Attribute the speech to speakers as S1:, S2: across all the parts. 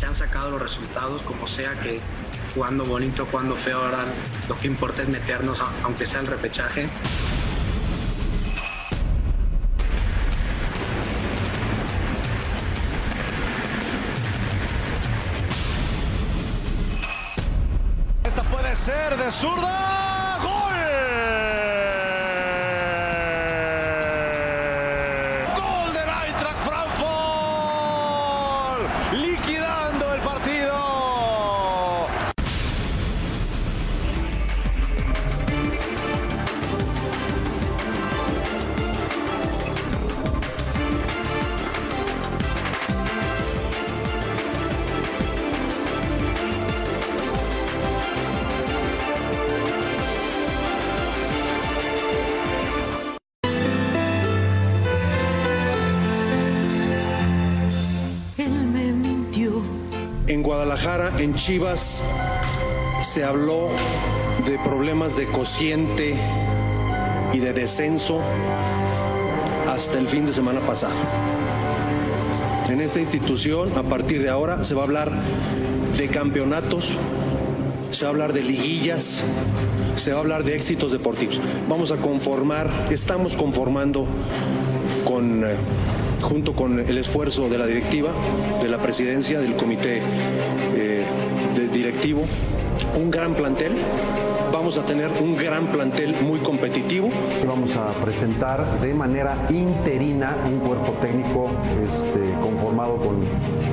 S1: se han sacado los resultados, como sea que jugando bonito, jugando feo, ahora lo que importa es meternos, a- aunque sea el repechaje.
S2: Esta puede ser de zurda. ¡Gol! Gol del Eintracht Frankfurt. Liquidando el partido.
S3: Él me mintió.
S4: En Guadalajara, en Chivas, se habló de problemas de cociente y de descenso hasta el fin de semana pasado. En esta institución, a partir de ahora, se va a hablar de campeonatos, se va a hablar de liguillas, se va a hablar de éxitos deportivos. Vamos a conformar, estamos conformando con, eh, junto con el esfuerzo de la directiva, de la presidencia, del comité eh, de- directivo, un gran plantel. Vamos a tener un gran plantel muy competitivo.
S5: Vamos a presentar de manera interina un cuerpo técnico este, conformado con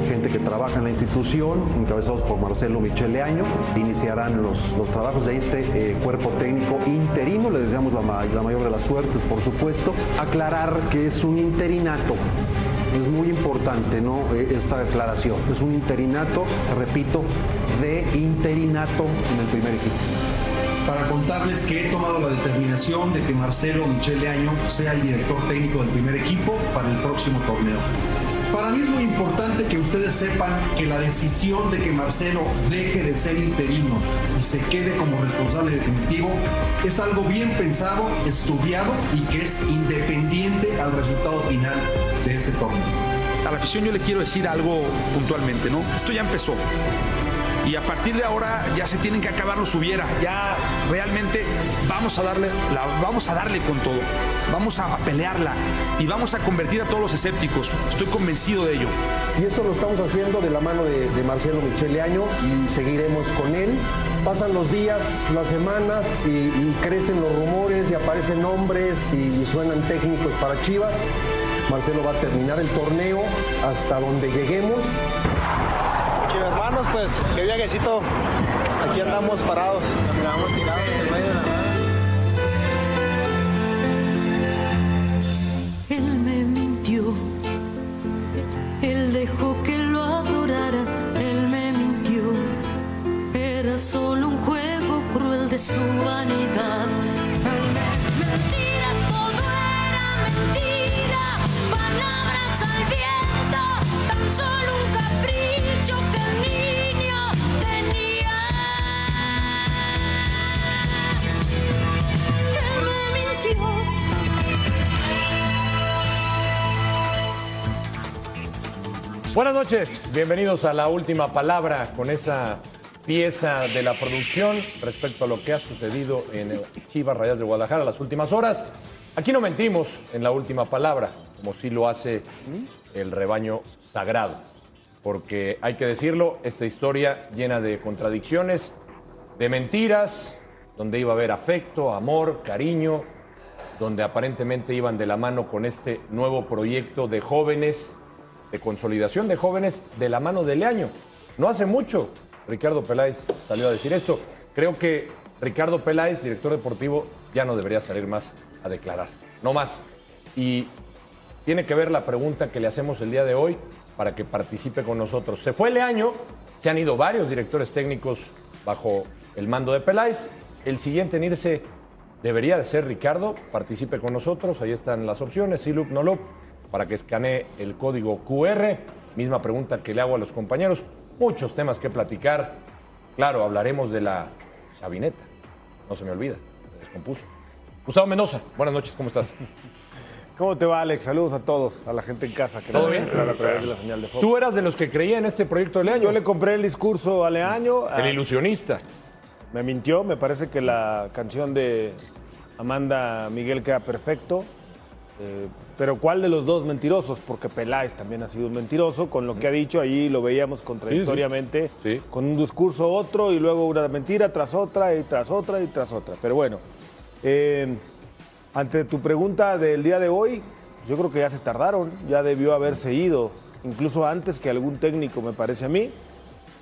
S5: gente que trabaja en la institución, encabezados por Marcelo Michele Año. Iniciarán los, los trabajos de este eh, cuerpo técnico interino. Le deseamos la, ma- la mayor de las suertes, por supuesto. Aclarar que es un interinato. Es muy importante ¿no? Eh, esta declaración. Es un interinato, repito, de interinato en el primer equipo.
S6: para contarles que he tomado la determinación de que Marcelo Michele Año sea el director técnico del primer equipo para el próximo torneo. Para mí es muy importante que ustedes sepan que la decisión de que Marcelo deje de ser interino y se quede como responsable definitivo es algo bien pensado, estudiado y que es independiente al resultado final de este torneo.
S7: A la afición yo le quiero decir algo puntualmente, ¿no? Esto ya empezó. Y a partir de ahora ya se tienen que acabar los hubiera. Ya realmente vamos a darle, la, vamos a darle con todo. Vamos a, a pelearla y vamos a convertir a todos los escépticos. Estoy convencido de ello.
S5: Y eso lo estamos haciendo de la mano de, de Marcelo Michele Año y seguiremos con él. Pasan los días, las semanas y, y crecen los rumores y aparecen nombres y, y suenan técnicos para Chivas. Marcelo va a terminar el torneo hasta donde lleguemos.
S8: Chiva hermanos, pues qué viajecito. Aquí andamos parados. Caminamos tirados en medio de la
S3: Él me mintió. Él dejó que lo adorara. Él me mintió. Era solo un juego cruel de su vanidad. Él me
S9: Mentiras, todo era mentira, palabras al viento, tan solo un capricho que el niño tenía. Él me mintió.
S10: Buenas noches, bienvenidos a la última palabra con esa pieza de la producción respecto a lo que ha sucedido en Chivas Rayas de Guadalajara las últimas horas. Aquí no mentimos en la última palabra, como sí lo hace el rebaño sagrado, porque hay que decirlo, esta historia llena de contradicciones, de mentiras, donde iba a haber afecto, amor, cariño, donde aparentemente iban de la mano con este nuevo proyecto de jóvenes, de consolidación de jóvenes, de la mano de Leaño. No hace mucho Ricardo Peláez salió a decir esto. Creo que Ricardo Peláez, director deportivo, ya no debería salir más a declarar. No más. Y tiene que ver la pregunta que le hacemos el día de hoy para que participe con nosotros. Se fue el año, se han ido varios directores técnicos bajo el mando de Peláez. El siguiente en irse debería de ser Ricardo. Participe con nosotros, ahí están las opciones, sí, Luke, no Luke, para que escanee el código QR. Misma pregunta que le hago a los compañeros. Muchos temas que platicar. Claro, hablaremos de la chavineta. No se me olvida, se descompuso. Gustavo Mendoza, buenas noches, ¿cómo estás?
S11: ¿Cómo te va, Alex? Saludos a todos, a la gente en casa. Que
S10: ¿Todo
S11: nos
S10: bien?
S11: entra a través de la señal de Fox.
S10: Tú eras de los que creía en este proyecto de Leaño.
S11: Yo le compré el discurso a Leaño.
S10: El ilusionista.
S11: Me mintió, me parece que la canción de Amanda Miguel queda perfecto. Eh, pero ¿cuál de los dos mentirosos? Porque Peláez también ha sido un mentiroso, con lo que ha dicho, ahí lo veíamos contradictoriamente, con un discurso otro y luego una mentira tras otra y tras otra y tras otra. Pero bueno, eh, ante tu pregunta del día de hoy, yo creo que ya se tardaron, ya debió haberse ido, incluso antes que algún técnico, me parece a mí.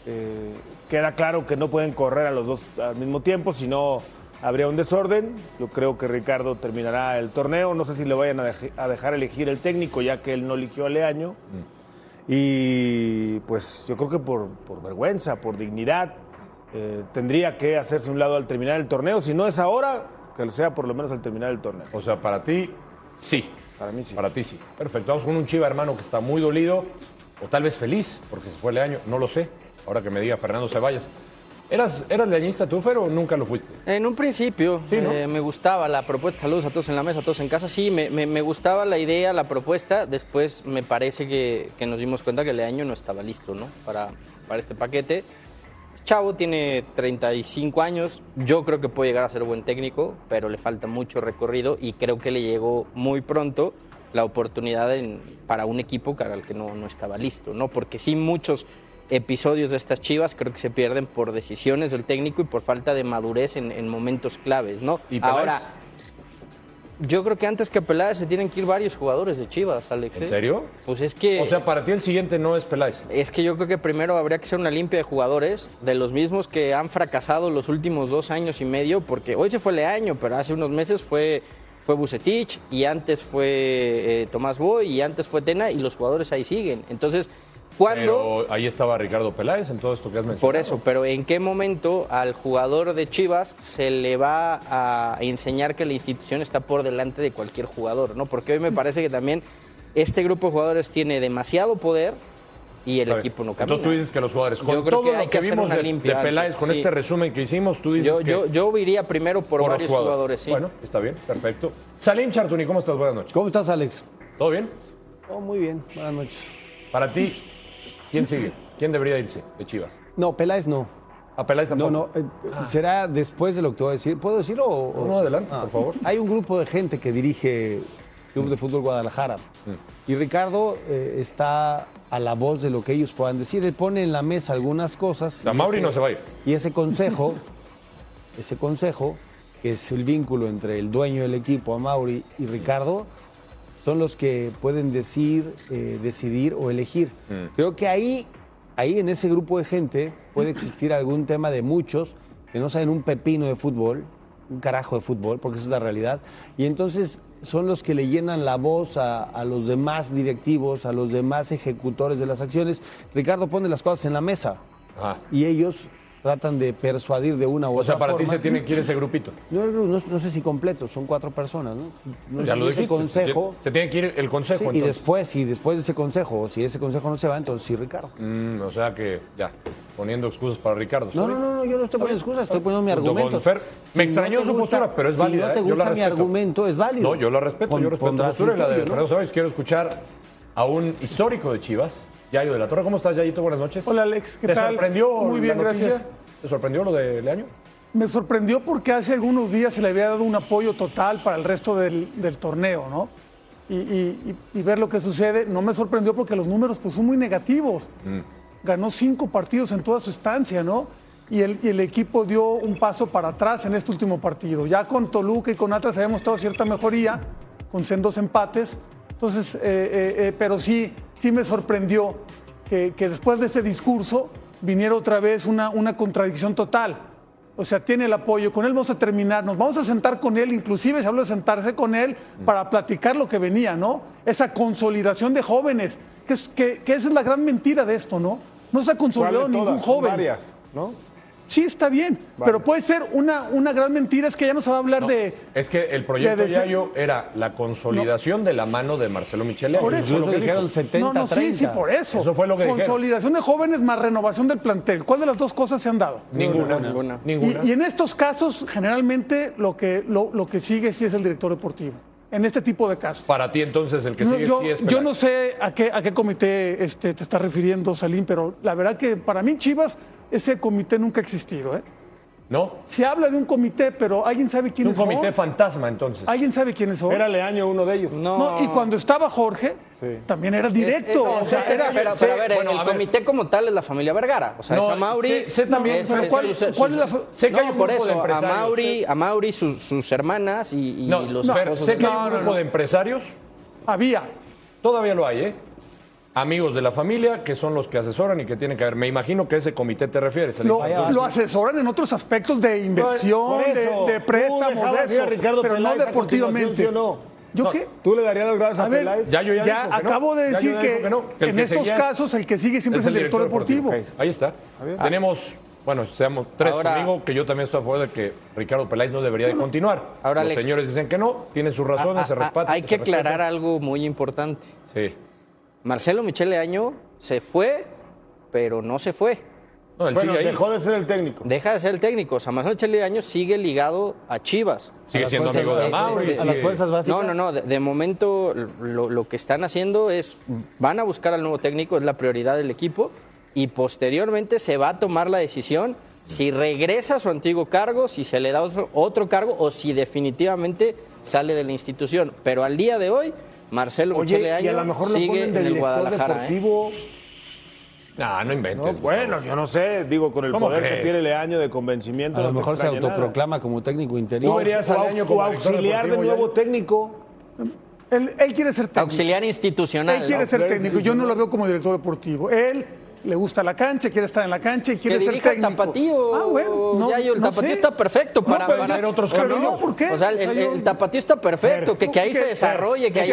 S11: Eh, queda claro que no pueden correr a los dos al mismo tiempo, si no habría un desorden. Yo creo que Ricardo terminará el torneo. No sé si le vayan a, dej- a dejar elegir el técnico, ya que él no eligió a Leaño.
S10: Mm.
S11: Y pues yo creo que por, por vergüenza, por dignidad, eh, tendría que hacerse un lado al terminar el torneo. Si no es ahora, que lo sea por lo menos al terminar el torneo.
S10: O sea, para ti, sí.
S11: Para mí sí.
S10: Para ti sí. Perfecto. Vamos con un Chiva, hermano, que está muy dolido o tal vez feliz porque se fue el año. No lo sé. Ahora que me diga Fernando Ceballos. ¿Eras, eras leañista tú, Fer, o nunca lo fuiste?
S12: En un principio eh, me gustaba la propuesta, saludos a todos en la mesa, a todos en casa, sí, me, me- me gustaba la idea, la propuesta, después me parece que, que nos dimos cuenta que el año no estaba listo ¿no? Para, para este paquete. Chavo tiene 35 años, yo creo que puede llegar a ser buen técnico, pero le falta mucho recorrido y creo que le llegó muy pronto la oportunidad en- para un equipo para el que no, no estaba listo, ¿no? Porque sí muchos episodios de estas chivas creo que se pierden por decisiones del técnico y por falta de madurez en, en momentos claves, ¿no?
S10: ¿Y Peláez?
S12: Ahora, yo creo que antes que Peláez se tienen que ir varios jugadores de Chivas, Alex.
S10: ¿En
S12: ¿eh?
S10: serio?
S12: Pues es que...
S10: O sea, para ti el siguiente no es Peláez.
S12: Es que yo creo que primero habría que hacer una limpia de jugadores, de los mismos que han fracasado los últimos dos años y medio, porque hoy se fue Leaño, pero hace unos meses fue, fue Bucetich, y antes fue eh, Tomás Boy, y antes fue Tena, y los jugadores ahí siguen. Entonces, ¿cuándo?
S10: Pero ahí estaba Ricardo Peláez en todo esto que has mencionado.
S12: Por eso, pero ¿en qué momento al jugador de Chivas se le va a enseñar que la institución está por delante de cualquier jugador? ¿no? Porque hoy me parece que también este grupo de jugadores tiene demasiado poder y el equipo no cambia.
S10: Entonces tú dices que los jugadores,
S12: Yo
S10: con
S12: creo
S10: todo
S12: que
S10: lo
S12: hay
S10: que,
S12: que hacer
S10: vimos
S12: una
S10: de,
S12: limpia
S10: de Peláez,
S12: antes,
S10: con
S12: sí.
S10: este resumen que hicimos, tú dices
S12: yo,
S10: que...
S12: yo, yo iría primero por,
S10: los
S12: varios
S10: jugadores.
S12: jugadores, sí.
S10: Bueno, está bien, perfecto. Salim Chartuni, ¿cómo estás? Buenas noches.
S13: ¿Cómo estás, Alex?
S10: ¿Todo bien?
S13: Oh, muy bien, buenas noches.
S10: Para ti, ¿quién sigue? ¿Quién debería irse de Chivas?
S13: No, Peláez no.
S10: ¿A Peláez
S13: tampoco? No, no. eh,
S8: Ah.
S13: Será después de lo que te voy a decir. ¿Puedo decirlo? o- Ah.
S10: No, adelante, por favor.
S13: Hay un grupo de gente que dirige Club de Fútbol Guadalajara. Y Ricardo eh, está a la voz de lo que ellos puedan decir. Él pone en la mesa algunas cosas.
S10: La
S13: y
S10: Mauri
S13: ese-
S10: no se va a ir.
S13: Y ese consejo, ese consejo, que es el vínculo entre el dueño del equipo, Amauri y Ricardo, son los que pueden decir, eh, decidir o elegir.
S10: Mm.
S13: Creo que ahí, ahí en ese grupo de gente puede existir algún tema de muchos que no saben un pepino de fútbol, un carajo de fútbol, porque esa es la realidad. Y entonces son los que le llenan la voz a, a los demás directivos, a los demás ejecutores de las acciones. Ricardo pone las cosas en la mesa y ellos tratan de persuadir de una u
S10: O
S13: otra
S10: sea, para ti
S13: forma.
S10: se tiene que ir ese grupito.
S13: No, no, no- no sé si completo, son cuatro personas, ¿no? No
S10: ya
S13: sé
S10: lo
S13: si ese
S10: dijiste.
S13: consejo...
S10: Se tiene que ir el consejo,
S13: Sí, y
S10: entonces.
S13: después, y después de ese consejo, o si ese consejo no se va, entonces sí, Ricardo.
S10: Mm, o sea que, ya, poniendo excusas para Ricardo.
S13: No, no, no, no, yo no estoy poniendo excusas, estoy poniendo mi
S10: Junto con
S13: argumento.
S10: Fer.
S13: Si
S10: me
S13: no
S10: extrañó
S13: te
S10: su
S13: gusta-
S10: postura, pero es
S13: si
S10: válida.
S13: no te
S10: ¿eh? Yo la
S13: gusta mi
S10: respeto.
S13: argumento, es válido.
S10: No, yo la respeto,
S13: Pon-
S10: yo respeto tu
S13: pondrás
S10: postura y la de
S13: tuyo, ¿no?
S10: Fernando Ceballos. Quiero escuchar a un histórico de Chivas, Yayo de la Torre. ¿Cómo estás, Yayito? Buenas noches.
S14: Hola, Alex, ¿qué
S10: ¿Te
S14: tal?
S10: sorprendió
S14: Muy bien,
S10: la noticia?
S14: gracias.
S10: ¿Te sorprendió lo de Leaño?
S14: Me sorprendió porque hace algunos días se le había dado un apoyo total para el resto del, del torneo, ¿no? Y, y- y- y ver lo que sucede, no me sorprendió porque los números pues, son muy negativos. Ganó cinco partidos en toda su estancia, ¿no? Y el, y el equipo dio un paso para atrás en este último partido. Ya con Toluca y con Atlas ha demostrado cierta mejoría, con sendos empates. Entonces, eh, eh, eh, pero sí, sí me sorprendió que, que después de este discurso viniera otra vez una, una contradicción total O sea, tiene el apoyo, con él vamos a terminar, nos vamos a sentar con él, inclusive se habló de sentarse con él para platicar lo que venía, ¿no? Esa consolidación de jóvenes, que, es, que, que esa es la gran mentira de esto, ¿no? No se ha consolidado
S11: ¿Cuál de
S14: ningún
S11: todas? Son
S14: joven.
S11: varias, ¿no?
S14: Sí, está bien, pero puede ser una, una gran mentira, es que ya no se va a hablar de...
S10: Es que el proyecto
S14: Le
S10: de
S14: decía-
S10: Yayo era la consolidación de la mano de Marcelo Michele.
S14: Por eso, lo que dijo. No, no, sí, sí, por eso.
S10: Eso fue lo que dijeron.
S14: Consolidación de jóvenes más renovación del plantel. ¿Cuál de las dos cosas se han dado?
S10: Ninguna. Ninguna.
S14: Y, y en estos casos, generalmente, lo que, lo, lo que sigue sí es el director deportivo. En este tipo de casos.
S10: Para ti, entonces, el que
S14: No,
S10: sigue
S14: yo,
S10: sí es
S14: yo
S10: Peláez.
S14: no sé a qué, a qué comité este, te estás refiriendo, Salim, pero la verdad que para mí, Chivas, ese comité nunca ha existido. ¿eh?
S10: ¿No?
S14: Se habla de un comité, pero ¿alguien sabe
S10: Es
S14: quién
S10: un
S14: es?
S10: comité fantasma, entonces.
S14: ¿Alguien sabe quiénes son?
S10: Era
S11: Leaño uno de ellos.
S14: No. y cuando estaba Jorge, también era
S12: Es- es-
S14: directo.
S12: o sea,
S14: Sí,
S12: era- pero,
S14: sí,
S12: pero a ver,
S14: bueno,
S12: el
S14: a ver.
S12: comité como tal es la familia Vergara. O sea,
S14: No,
S12: es a Mauri.
S10: sé- sé también, pero ¿cuál- cuál es la fa- sé que hay un
S12: por
S10: grupo
S12: eso,
S10: de
S12: a
S10: empresarios,
S12: Mauri,
S10: sé-
S12: a Mauri sus, sus hermanas y, y
S10: No,
S12: los
S10: Fer,
S12: esposos
S10: sé
S12: de-
S10: que hay un grupo de empresarios.
S14: Había.
S10: Todavía lo hay, ¿eh? Amigos de la familia que son los que asesoran y que tienen que ver. Me imagino que a ese comité te refieres. el
S14: Lo,
S10: entonces.
S14: lo asesoran en otros aspectos de
S11: Por
S14: inversión,
S11: eso,
S14: de, de
S11: tú
S14: préstamos,
S11: dejabas
S14: de
S11: ir
S14: eso,
S11: a Ricardo
S14: pero
S11: Peláez
S14: no
S11: a continuación,
S14: deportivamente.
S11: ¿sí o no?
S14: ¿Yo
S11: No,
S14: qué?
S11: ¿Tú le darías las gracias a,
S14: A ver,
S11: Peláez?
S14: ya, yo ya ya dijo que no. acabo de
S11: Ya yo
S14: decir
S11: ya
S14: que-
S11: dijo no,
S10: Que el
S14: en
S10: que
S14: estos
S10: seguía
S14: casos, el que sigue siempre es el director deportivo.
S10: Ok, Ahí está. Tenemos, bueno, seamos tres
S14: Ahora-
S10: conmigo, que yo también estoy a favor de que Ricardo Peláez no debería de continuar.
S12: Ahora,
S10: Los
S12: Alex-
S10: señores dicen que no, tienen sus
S12: A-
S14: Ah,
S10: razones,
S12: a-
S10: se
S12: a-
S10: respetan.
S12: Ah, Hay que aclarar algo muy importante.
S10: Sí.
S12: Marcelo Michele Año se fue, pero no se fue.
S10: No,
S11: él Bueno, sigue ahí. dejó de ser el técnico.
S12: Deja de ser el técnico. O sea, Marcelo Michele Año sigue ligado a Chivas.
S10: Sigue
S12: A las
S10: siendo
S12: fuerzas-
S10: amigo de
S12: eh,
S10: Amauri,
S12: eh,
S10: ¿A las sigue- fuerzas básicas?
S12: No, no, no. De, de momento lo, lo que están haciendo es, van a buscar al nuevo técnico, es la prioridad del equipo, y posteriormente se va a tomar la decisión si regresa a su antiguo cargo, si se le da otro, otro cargo o si definitivamente sale de la institución. Pero al día de hoy, Marcelo
S11: Oye,
S12: Michele
S11: y a
S12: Año
S11: lo mejor lo
S12: sigue
S11: ponen de
S12: en el
S11: director
S12: Guadalajara. ¿eh?
S11: deportivo.
S10: No, no inventes.
S11: No, bueno, yo no sé, digo, con el
S13: ¿Cómo
S11: poder
S13: crees?
S11: que tiene Leaño de convencimiento.
S13: A lo
S11: no te
S13: mejor se
S11: extraña nada.
S13: autoproclama como técnico interino.
S11: ¿Tú verías a Leaño como director deportivo, técnico.
S14: Él, él quiere ser técnico.
S12: Auxiliar institucional.
S14: Él quiere
S12: ¿no?
S14: ser técnico. Yo no lo veo como director deportivo. Él le gusta la cancha, quiere estar en la cancha y quiere ser
S12: dirija el
S14: técnico.
S12: tapatío.
S14: Ah, bueno. No,
S12: Ya, yo, el
S14: no
S12: tapatío
S14: sé.
S12: está perfecto
S14: No,
S12: para,
S14: pero
S12: para
S14: hacer otros
S12: para-
S14: caminos. ¿Por qué? Pues
S12: O sea, el,
S14: O sea, yo-
S12: el tapatío está perfecto, que, que ahí se desarrolle, que, ahí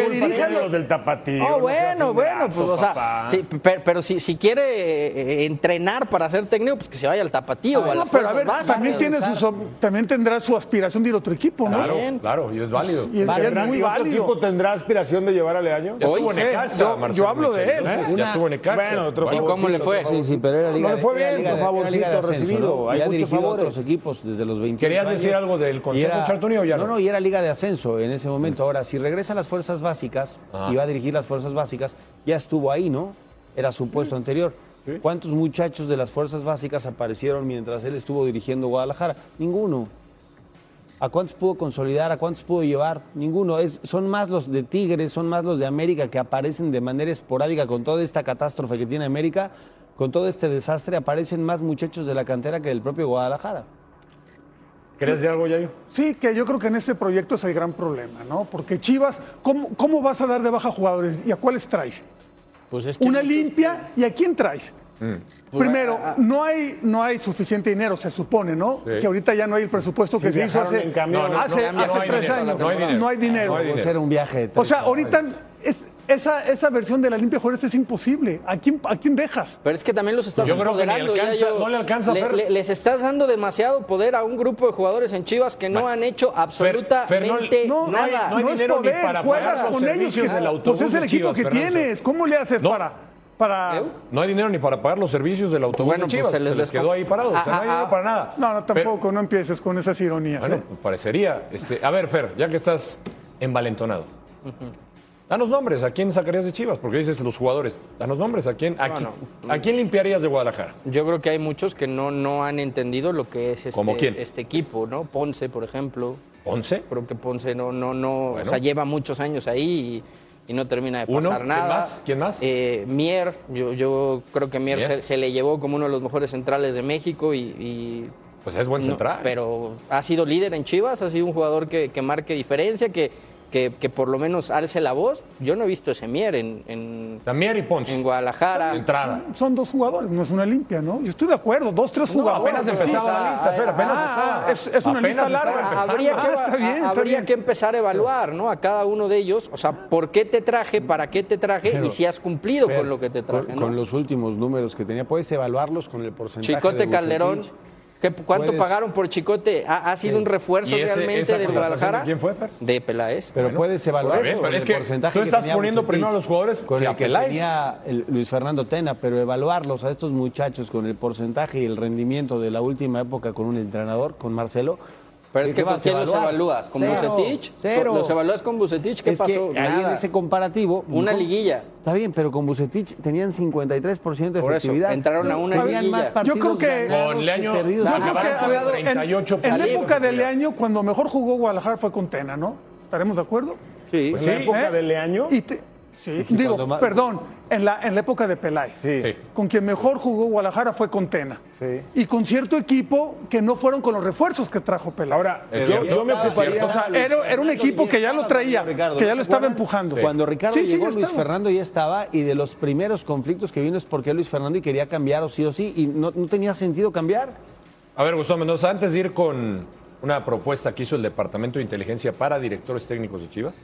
S11: del tapatío.
S12: Oh,
S11: no seas
S12: bueno, bueno,
S11: ingrato,
S12: pues, o
S11: papá.
S12: sea, sí, pe- pero, si, si quiere eh, eh, entrenar para ser técnico, pues que se vaya al tapatío o a
S14: Ah, No,
S12: las
S14: pero a
S12: fuerzas
S14: ver,
S12: básicas.
S14: también, tiene sus, ob- también tendrá su aspiración de ir a otro equipo, ¿no?
S10: Claro, claro, y es válido.
S14: Y es-
S10: Vale,
S14: es muy
S11: ¿Y otro
S14: válido.
S11: equipo tendrá aspiración de llevar a Leaño?
S10: Ya estuvo en
S11: Sí,
S10: Necaxa,
S11: yo- yo,
S10: Marcelo
S11: hablo de
S10: Michel,
S11: él.
S10: ¿no?
S11: ¿eh?
S10: Ya estuvo en Necaxa.
S11: Bueno, otro
S10: ¿Y
S11: favorcito,
S10: cómo le fue?
S11: otro
S13: Sí, sí, pero era
S11: No
S13: liga
S11: le fue
S13: era
S11: bien,
S13: liga
S11: otro
S13: de- era liga de
S11: favorcito
S13: ascenso,
S11: recibido.
S13: ¿no?
S11: Hay
S13: Y ha
S11: muchos
S13: dirigido a otros
S11: favores.
S13: equipos desde los 20
S10: ¿Querías decir algo del Consejo Chartuni o ya no? Mm.
S13: no? No, y era liga de ascenso en ese momento. Ahora, si regresa a las fuerzas básicas
S10: Ah.
S13: y va a dirigir las fuerzas básicas, ya estuvo ahí, ¿no? Era su
S10: Mm.
S13: puesto anterior. ¿Cuántos muchachos de las fuerzas básicas aparecieron mientras él estuvo dirigiendo Guadalajara? Ninguno. ¿A cuántos pudo consolidar? ¿A cuántos pudo llevar? Ninguno. Es- son más los de Tigres, son más los de América que aparecen de manera esporádica con toda esta catástrofe que tiene América. Con todo este desastre aparecen más muchachos de la cantera que del propio Guadalajara.
S10: ¿Querías decir algo, Yayo?
S14: Sí, que yo creo que en este proyecto es el gran problema, ¿no? Porque Chivas, ¿cómo, cómo vas a dar de baja jugadores y a cuáles traes?
S12: Pues es
S14: Una limpia y a quién traes.
S3: Mm.
S12: Pues
S14: Primero, no hay, no hay suficiente dinero, se supone, ¿no?
S10: Sí.
S14: Que ahorita ya no hay el presupuesto que
S11: Sí,
S14: se hizo
S11: viajaron
S14: hace,
S11: en camión. No, no,
S14: hace,
S11: no, no
S14: hace
S11: hay
S14: tres
S11: dinero,
S14: años.
S11: no hay dinero.
S14: No hay dinero.
S11: No hay dinero.
S13: Era un viaje.
S14: O sea, ahorita es- esa, esa versión de la limpia jugadores es imposible. ¿A quién, ¿A quién dejas?
S12: Pero es que también los estás
S14: Yo creo que ni
S12: empoderando. ya
S14: alcanza-
S12: yo-
S14: no le alcanza, Fer.
S12: Les estás dando demasiado poder a un grupo de jugadores en Chivas que no han hecho absolutamente nada.
S10: no hay dinero ni para
S14: juegas
S10: pagar los
S14: con ellos.
S10: servicios
S14: que-
S10: del autobús
S14: pues es el
S10: de
S14: equipo
S10: Chivas,
S14: que
S10: Fernando. ¿Eh?
S14: tienes. ¿Cómo le haces para, para
S10: No hay dinero ni para pagar los servicios del autobús
S14: Bueno,
S10: de
S14: pues
S10: Chivas.
S14: se les descom-
S10: quedó ahí parado. o sea,
S14: Ah,
S10: no hay
S14: ah,
S10: dinero
S14: ah.
S10: para nada.
S14: No, no, tampoco, no empieces con esas ironías.
S10: Bueno,
S14: ¿eh?
S10: parecería. Este, a ver, Fer, ya que estás envalentonado,
S3: Mm.
S10: danos nombres. ¿A quién sacarías de Chivas? Porque dices los jugadores. Danos nombres. ¿A quién, a
S12: No,
S10: quién-
S12: no.
S10: ¿a quién limpiarías de Guadalajara?
S12: Yo creo que hay muchos que no, no han entendido lo que es
S10: ¿Como quién?
S12: este, este equipo, ¿no? Ponce, por ejemplo.
S10: ¿Ponce?
S12: Creo que Ponce no, no, no,
S10: Bueno.
S12: o sea, lleva muchos años ahí y, y no termina de
S10: Uno,
S12: pasar
S10: ¿quién
S12: nada.
S10: más? ¿Quién más?
S12: Eh, Mier, yo, yo creo que Mier,
S10: Mier.
S12: Se, se le llevó como uno de los mejores centrales de México y... y-
S10: Pues es buen
S12: no,
S10: central.
S12: pero ha sido líder en Chivas, ha sido un jugador que, que marque diferencia, que, que, que por lo menos alce la voz. Yo no he visto ese Mier en, en, y Ponce. en Guadalajara.
S14: Son, son dos jugadores, no es una limpia, ¿no? Yo estoy de acuerdo, dos, tres
S12: No,
S14: jugadores. Ah,
S12: apenas empezaba la lista, Fer, apenas estaba-
S14: Es, es una
S12: ah, apenas
S14: lista
S12: estaba
S14: larga.
S12: empezando. Habría que-
S14: Ah, está bien, está
S12: habría
S14: bien.
S12: que empezar a evaluar, ¿no? A cada uno de ellos, o sea, ¿por qué te traje, para qué te traje
S13: Pero,
S12: y si has cumplido
S13: Fer,
S12: con lo que te
S13: Con,
S12: traje, ¿no?
S13: con los últimos números que tenía, puedes evaluarlos con el porcentaje.
S12: Chicote
S13: de
S12: Calderón,
S13: Bucetich.
S12: ¿qué- ¿cuánto
S13: Puedes-
S12: pagaron por Chicote? ¿Ha, ha sido
S13: Sí.
S12: un refuerzo
S13: ¿Y ese-
S12: realmente
S13: esa
S12: del
S13: contratación de
S12: Guadalajara?
S13: quién
S12: fue, De Peláez.
S13: Pero puedes evaluar eso,
S10: pero
S13: el
S10: es que
S13: porcentaje
S10: tú
S13: que
S10: estás
S13: tenía
S10: poniendo
S13: Bucetich,
S10: primero a los jugadores
S13: con
S10: que
S13: el
S10: a
S13: que
S10: Peláez.
S13: tenía el Luis Fernando Tena, pero evaluarlos a estos muchachos con el porcentaje y el rendimiento de la última época con un entrenador, con Marcelo.
S12: Pero es
S13: ¿qué
S12: que ¿con
S13: vas a
S12: quién los
S13: evaluar?
S12: evalúas? ¿Con
S13: Cero,
S12: Bucetich?
S13: Cero.
S12: ¿Los evalúas con Bucetich? ¿Qué
S13: Es que
S12: pasó?
S13: ahí en
S12: Nada.
S13: ese comparativo.
S12: Una
S13: no-
S12: liguilla.
S13: Está bien, pero con Bucetich tenían 53% de
S12: Por eso,
S13: efectividad.
S12: entraron a una
S13: Tenían
S12: liguilla.
S13: más
S12: Yo
S13: partidos
S14: Yo creo que.
S13: ganados
S14: Yo
S13: que
S14: creo que,
S13: perdidos.
S14: a ver, en- En, la época de Leaño, cuando mejor jugó Guadalajara fue con Tena, ¿no? ¿Estaremos de acuerdo?
S13: Sí.
S11: Pues en la época de
S14: Leaño. sí,
S11: Y
S14: digo,
S11: cuando más-
S14: perdón, en la, en la época de Peláez. Con quien mejor jugó Guadalajara fue con Tena. Y con cierto equipo que no fueron con los refuerzos que trajo Peláez. Ahora,
S13: Es yo- cierto. yo me ocuparía-
S14: O sea, era, era un equipo que ya lo traía,
S13: Ricardo,
S14: que ya
S13: ¿se
S14: lo estaba
S13: acuerdan?
S14: empujando.
S13: Cuando Ricardo
S14: Sí, sí,
S13: llegó,
S14: ya
S13: Luis
S14: estaba.
S13: Fernando ya estaba y de los primeros conflictos que vino es porque Luis Fernando y quería cambiar o sí o sí y no, no tenía sentido cambiar.
S10: A ver, Gustavo Mendoza, antes de ir con una propuesta que hizo el Departamento de Inteligencia para directores técnicos de Chivas,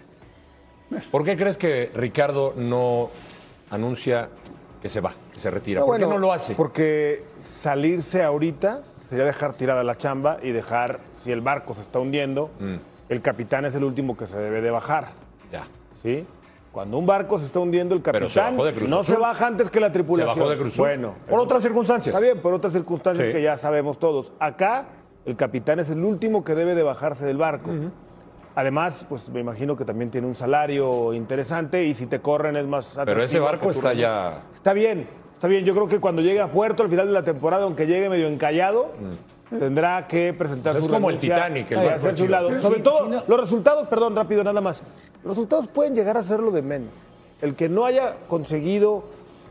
S10: ¿por qué crees que Ricardo no anuncia que se va, que se retira?
S11: No,
S10: ¿Por qué
S11: bueno,
S10: no lo hace?
S11: Porque salirse ahorita sería dejar tirada la chamba y dejar, si el barco se está hundiendo,
S10: Mm.
S11: el capitán es el último que se debe de bajar.
S10: Ya.
S11: ¿Sí? Cuando un barco se está hundiendo, el
S10: Pero
S11: capitán
S10: se bajó de Cruz
S11: no
S10: Azul.
S11: se baja antes que la tripulación.
S10: Se bajó de Cruz Azul.
S11: Bueno.
S10: Por
S11: eso-
S10: otras circunstancias.
S11: Está bien, por otras circunstancias
S10: Sí.
S11: que ya sabemos todos. Acá, el capitán es el último que debe de bajarse del barco. Además, pues me imagino que también tiene un salario interesante y si te corren es más
S10: Pero ese
S11: atractivo
S10: barco
S11: que tú
S10: está
S11: renuncies.
S10: ya...
S11: Está bien, está bien. Yo creo que cuando llegue a puerto al final de la temporada, aunque llegue medio encallado, tendrá que presentar
S10: Mm. Pues Es
S11: su
S10: como el
S11: renuncia
S10: Titanic, el
S11: y
S10: barco
S11: hacer
S10: de
S11: su
S10: Chivas.
S11: lado.
S10: Sí,
S11: Sobre
S10: sí,
S11: todo,
S10: sí, no.
S11: los resultados, perdón, rápido, nada más. Los resultados pueden llegar a ser lo de menos. El que no haya conseguido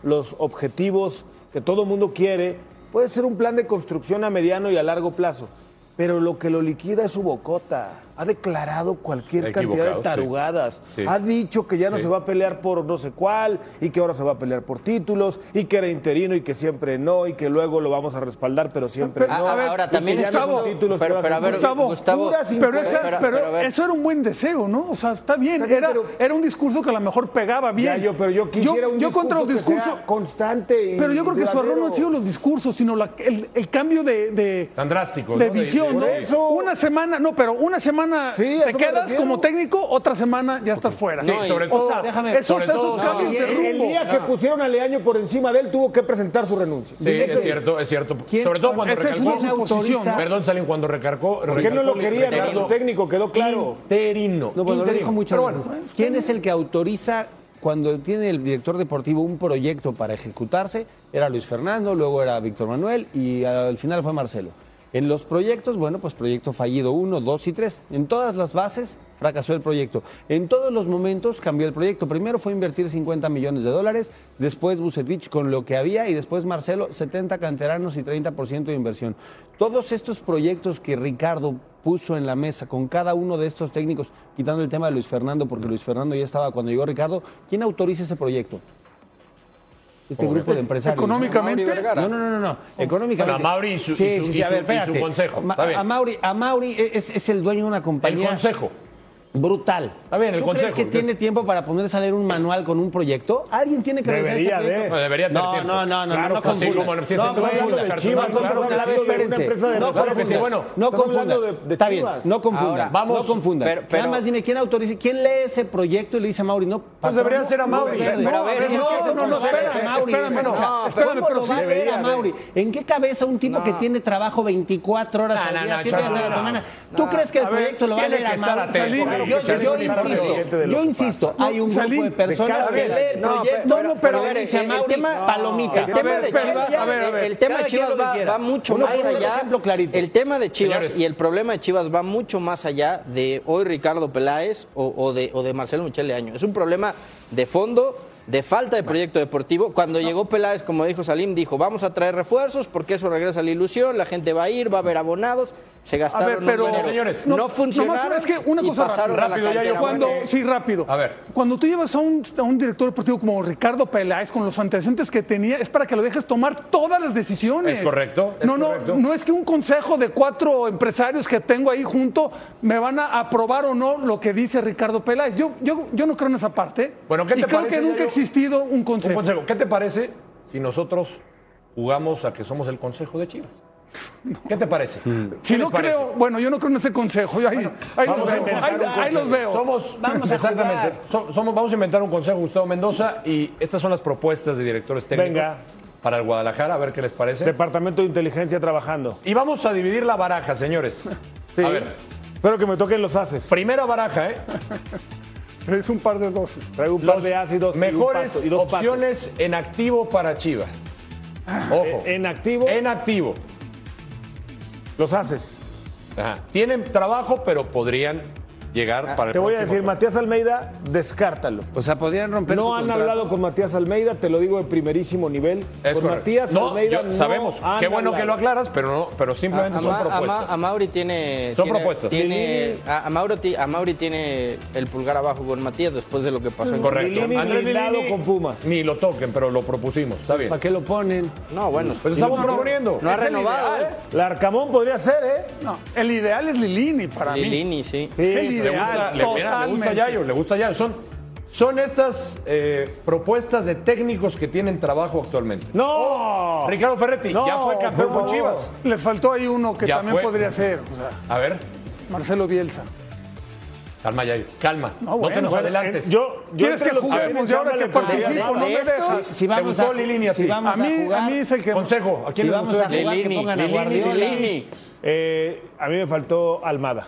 S11: los objetivos que todo mundo quiere puede ser un plan de construcción a mediano y a largo plazo. Pero lo que lo liquida es su bocota. Ha declarado cualquier
S6: Está
S11: cantidad de
S6: equivocado, sí.
S11: tarugadas.
S6: Sí.
S11: Ha dicho que ya no
S6: Sí.
S11: se va a pelear por no sé cuál y que ahora se va a pelear por títulos y que era interino y que siempre no y que luego lo vamos a respaldar pero siempre
S12: A-
S11: no.
S12: a ver, ahora
S11: y que
S12: también
S11: ya no
S12: Gustavo,
S11: son títulos que
S12: pero-
S11: ahora
S12: pero a
S11: son
S12: ver,
S11: Gustavo,
S12: Gustavo,
S11: puras
S14: Pero, esa-
S11: incoherencias.
S14: pero eso era un buen deseo, ¿no? O sea, está bien. era, era un discurso que a lo mejor pegaba bien.
S11: Ya, yo, pero yo quisiera un
S14: yo contra los
S11: discurso que
S14: discursos.
S11: sea constante y
S14: Pero yo creo que su error no
S11: duradero.
S14: han sido los discursos, sino la- el, el cambio de, de-
S10: Tan drástico,
S14: de
S10: ¿no?
S14: visión, ¿no?
S10: de-
S14: Una semana, no, pero una semana
S11: Sí, a eso
S14: te
S11: me
S14: quedas
S11: refiero.
S14: como técnico, otra semana ya estás fuera.
S11: Sí, sobre todo-
S14: o sea,
S11: déjame-
S14: esos,
S11: sobre
S14: esos
S11: todo- no,
S14: cambios de
S11: el-
S14: rumbo. Ah.
S11: El día que pusieron a Leaño por encima de él, tuvo que presentar su renuncia.
S10: Sí, es cierto, es cierto.
S11: ¿Quién-
S10: Sobre todo cuando
S11: Esa es
S10: recargó.
S11: una suposición, ¿no?
S10: Perdón, Salim, cuando recargó.
S11: ¿Por qué no lo querían a su técnico? Quedó claro.
S10: Interino.
S13: No, bueno, lo
S10: Interino.
S13: dijo muchas
S10: Pero
S13: veces. ¿Quién es el que autoriza cuando tiene el director deportivo un proyecto para ejecutarse? Era Luis Fernando, luego era Víctor Manuel y al final fue Marcelo. En los proyectos, bueno, pues proyecto fallido 1, 2 y 3. En todas las bases fracasó el proyecto. En todos los momentos cambió el proyecto. Primero fue invertir 50 millones de dólares, después Bucetich con lo que había y después Marcelo 70 canteranos y 30% de inversión. Todos estos proyectos que Ricardo puso en la mesa con cada uno de estos técnicos, quitando el tema de Luis Fernando, porque Luis Fernando ya estaba cuando llegó Ricardo, ¿quién autoriza ese proyecto? Este
S10: Pobre.
S13: grupo de empresarios.
S10: ¿Económicamente?
S13: ¿no? No, no, no, no, no. Económicamente.
S10: Bueno, Amauri y su- y su- y su- y su
S13: espérate.
S10: consejo.
S13: Ma-
S10: Está bien.
S13: Amauri, Amauri es, es el dueño de una compañía.
S10: El consejo.
S13: Brutal. Está
S10: bien, el
S13: ¿Crees
S10: consejo.
S13: que tiene tiempo para ponerse a leer un manual con un proyecto? ¿Alguien tiene que revisar ese
S10: Debería de.
S13: proyecto?
S10: No, debería tener
S13: no,
S10: tiempo.
S13: No, no, no,
S10: Claro,
S13: no,
S10: pues, sí,
S13: confundan.
S10: como- sí,
S13: no
S10: estoy hablando
S13: confundan.
S10: de
S13: No
S10: Chivas, claro que
S13: confundan. A ver,
S10: sí, de una
S13: espérense.
S10: empresa de
S13: No
S10: Claro que
S13: confundan.
S10: sí, bueno,
S13: no
S10: estamos
S13: confundan.
S10: hablando de- de
S13: Está bien,
S10: Chivas.
S13: no confundan.
S10: Ahora,
S13: vamos,
S10: vamos,
S13: no confundan.
S10: pero- pero- Pues
S13: Nada más dime quién autoriza, quién lee ese proyecto y le dice a Mauri, no. patrón,
S10: debería ser a
S13: no,
S10: Mauri. ¿eh?
S13: verde.
S10: Pero a ver, es que es el
S13: no, no, no,
S10: consejo.
S13: espérame, Mauri.
S10: Espérame,
S13: espérame,
S10: no,
S13: no,
S10: espérame,
S13: ¿cómo
S10: pero
S13: lo
S10: sí
S13: va a leer a
S10: debería de.
S13: Mauri? ¿En qué cabeza un tipo que tiene trabajo 24 horas
S10: No,
S13: al
S10: no,
S13: día,
S10: no,
S13: 7 días
S10: Charlie,
S13: a la
S10: no.
S13: semana? ¿Tú
S10: No.
S13: crees que el
S10: A ver,
S13: proyecto lo va a
S10: tiene
S13: leer
S10: que
S13: a
S10: estar
S13: Mauri?
S10: atento, porque
S13: Yo- Yo
S10: Charlie
S13: yo
S10: tiene que estar pendiente de
S13: insisto,
S10: lo
S13: yo
S10: que
S13: insisto,
S10: pasa.
S13: hay un
S10: Salim,
S13: grupo de
S10: de
S13: personas
S10: cada
S13: que
S10: quien.
S13: lee el
S10: No, pero-
S13: proyecto.
S10: pero-
S13: pero
S10: a ver,
S13: le dice a
S10: el- el
S13: Mauri,
S10: tema-
S13: palomita.
S12: El tema de Chivas, el tema de
S13: Cada quien
S12: Chivas
S13: lo que
S12: va,
S13: quiera.
S12: va mucho
S13: Uno
S12: más
S13: pone un
S12: allá.
S13: ejemplo clarito.
S12: El tema de Chivas
S13: Señores.
S12: y el problema de Chivas va mucho más allá de hoy Ricardo Peláez o, o de, o de Marcelo Michele Año. Es un problema de fondo de falta de proyecto deportivo. Cuando llegó Peláez, como dijo Salim, dijo, vamos a traer refuerzos porque eso regresa la ilusión, la gente va a ir, va a haber abonados, se gastaron un dinero. no, funcionaron
S14: nomás, es que una
S12: y
S14: cosa
S12: pasaron a la
S14: rápido,
S12: cantera.
S14: cuando,
S12: Bueno,
S14: sí, rápido.
S10: A ver.
S14: Cuando tú llevas a un, a un director deportivo como Ricardo Peláez con los antecedentes que tenía, es para que lo dejes tomar todas las decisiones.
S10: Es correcto, es
S14: No, no,
S10: correcto.
S14: no es que un consejo de cuatro empresarios que tengo ahí junto me van a aprobar o no lo que dice Ricardo Peláez. Yo, yo, yo no creo en esa parte.
S10: Bueno, ¿qué
S14: y
S10: te
S14: creo
S10: parece,
S14: que nunca ha
S10: Yayo?
S14: existido un consejo.
S10: Un consejo. ¿Qué te parece si nosotros jugamos a que somos el consejo de Chivas? ¿Qué te parece?
S14: Si no creo, bueno, yo no creo en ese consejo. Yo ahí, ahí los,
S10: Vamos a
S14: veo,
S10: inventar
S14: ahí-
S10: un consejo.
S14: ahí los veo.
S10: Somos, exactamente. So- somos- vamos a inventar un consejo, Gustavo Mendoza, y estas son las propuestas de directores técnicos
S11: Venga.
S10: para el Guadalajara, a ver qué les parece.
S11: Departamento de Inteligencia trabajando.
S10: Y vamos a dividir la baraja, señores. A ver.
S11: Espero que me toquen los haces.
S10: Primera baraja, ¿eh?
S14: Traes un par de dosis.
S11: Traigo un par de haces y dos y un
S10: Mejores
S11: pato, y dos patos.
S10: opciones en activo para Chivas. Ojo. ¿En activo? En activo.
S11: Los haces.
S10: Ajá. Tienen trabajo, pero podrían
S14: Ah.
S10: llegar para el
S11: Ah, Te voy a
S10: próximo
S11: decir, Matías Almeida, descártalo.
S13: O sea, podrían romper su
S11: No han
S13: contrato.
S11: hablado con Matías Almeida, te lo digo de primerísimo nivel.
S10: Es
S11: con
S10: correcto.
S11: Matías
S10: No,
S11: Almeida
S10: yo- sabemos.
S11: no han
S10: Qué bueno que lo
S11: hablado.
S10: aclaras, pero no, pero simplemente
S12: a-
S10: son
S12: Ah, Ama- Ama-
S10: propuestas.
S12: Amauri tiene.
S10: Son
S12: tiene-
S10: propuestas.
S12: Tiene, a, Amauri, ti- Amauri tiene el pulgar abajo con Matías después de lo que pasó en
S10: Correcto.
S12: Correcto.
S10: Andrés Lilini, Ni lo toquen, pero lo propusimos. Está bien.
S13: ¿Para qué lo ponen?
S12: No, bueno.
S10: Pues estamos proponiendo.
S12: No ha renovado, ¿eh?
S11: La Arcamón podría ser, ¿eh?
S14: No, el ideal es Lilini para mí.
S12: Lilini, sí.
S14: Es el
S10: le
S14: ideal,
S10: gusta, le, mira, le gusta
S14: totalmente.
S10: Yayo, le gusta Yayo. Son, son estas eh, propuestas de técnicos que tienen trabajo actualmente. Oh,
S11: ¡No!
S10: Ricardo Ferretti,
S14: No,
S10: ya fue campeón
S14: por
S10: con
S14: favor.
S10: Chivas.
S14: Les faltó ahí uno que
S10: Ya
S14: también
S10: fue.
S14: podría ser, o sea,
S10: A ver,
S14: Marcelo Bielsa.
S10: calma, Yayo. Calma. No,
S14: Ah, bueno, eh,
S10: te nos
S14: bueno,
S10: adelantes.
S11: en- yo- yo ¿Quieres entre que los que juguemos
S14: y ahora que participo, no me dejas?
S13: Si- si vamos
S10: ¿Te gustó
S13: a-
S10: Lilini a
S13: si
S10: ti?
S13: vamos
S14: A mí, a mí es el que
S10: Consejo, ¿a quién le
S13: Si vamos
S10: gustó?
S13: a jugar, que pongan a Guardiola.
S11: Eh, a mí me faltó Almada.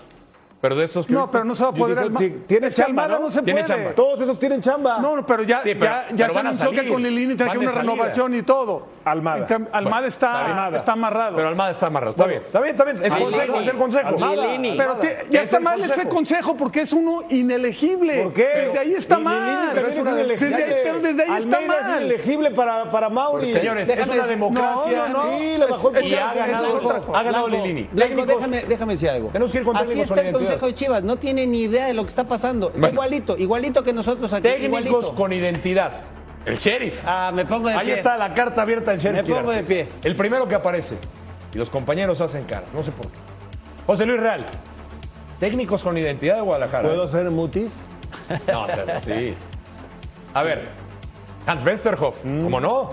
S10: Pero de estos que
S14: No,
S10: viste-
S14: pero no se va a
S11: Yo
S14: poder
S11: dije,
S14: Alma-
S11: ti- Tiene
S14: Es que
S11: chamba,
S14: Almada
S11: ¿no?
S14: no se
S10: Tiene
S14: puede.
S10: chamba.
S11: Todos esos tienen chamba.
S14: No, no, pero ya,
S10: Sí, pero-
S14: ya, ya
S10: pero
S14: se
S10: van a
S14: anunció que
S10: salir.
S14: con Lilini
S10: Van
S14: tenía que
S10: de
S14: una
S10: salida.
S14: renovación y todo.
S11: Almada.
S14: En cam- Almada
S10: Bueno,
S14: está,
S10: Almada.
S14: está amarrado.
S10: Pero Almada está amarrado. Está bien.
S11: Está bien, está bien. Es
S10: Almada.
S11: consejo, es el consejo.
S10: Almada.
S12: Lilini.
S14: Pero
S10: Almada.
S14: ti- ya
S10: Es
S14: está
S10: el
S14: mal
S10: consejo.
S14: ese consejo porque es uno inelegible.
S11: ¿Por qué?
S14: Desde ahí está
S11: Y Lilini
S14: mal.
S11: también es inelegible.
S14: Desde ahí- pero desde ahí está
S11: Almeida es
S14: mal.
S11: inelegible para, para Mauri.
S10: Señores, es una democracia.
S11: No, no, no. Sí, le bajó el
S10: Y ha
S11: porcentaje.
S10: ganado,
S11: Eso es otra cosa.
S10: ha ganado
S13: Blanco,
S10: Lilini.
S13: Blanco,
S10: Técnicos-
S13: déjame, déjame decir algo.
S10: Tenemos que ir con
S13: Así
S10: técnicos
S13: está
S10: con
S13: el
S10: identidad.
S13: Consejo de Chivas. No tiene ni idea de lo que está pasando. Está
S10: Bueno.
S13: igualito, igualito que nosotros aquí.
S10: técnicos
S13: igualito.
S10: con identidad. El sheriff.
S13: Ah, me pongo de
S10: Ahí
S13: pie.
S10: está la carta abierta del sheriff.
S13: Me pongo
S10: Quirarte.
S13: de pie.
S10: El primero que aparece. Y los compañeros hacen caras. No sé por qué. José Luis Real. Técnicos con identidad de Guadalajara.
S11: ¿Puedo ser mutis?
S10: No, o sea, sí. A ver. Hans Westerhoff.
S13: Mm.
S10: ¿Cómo no?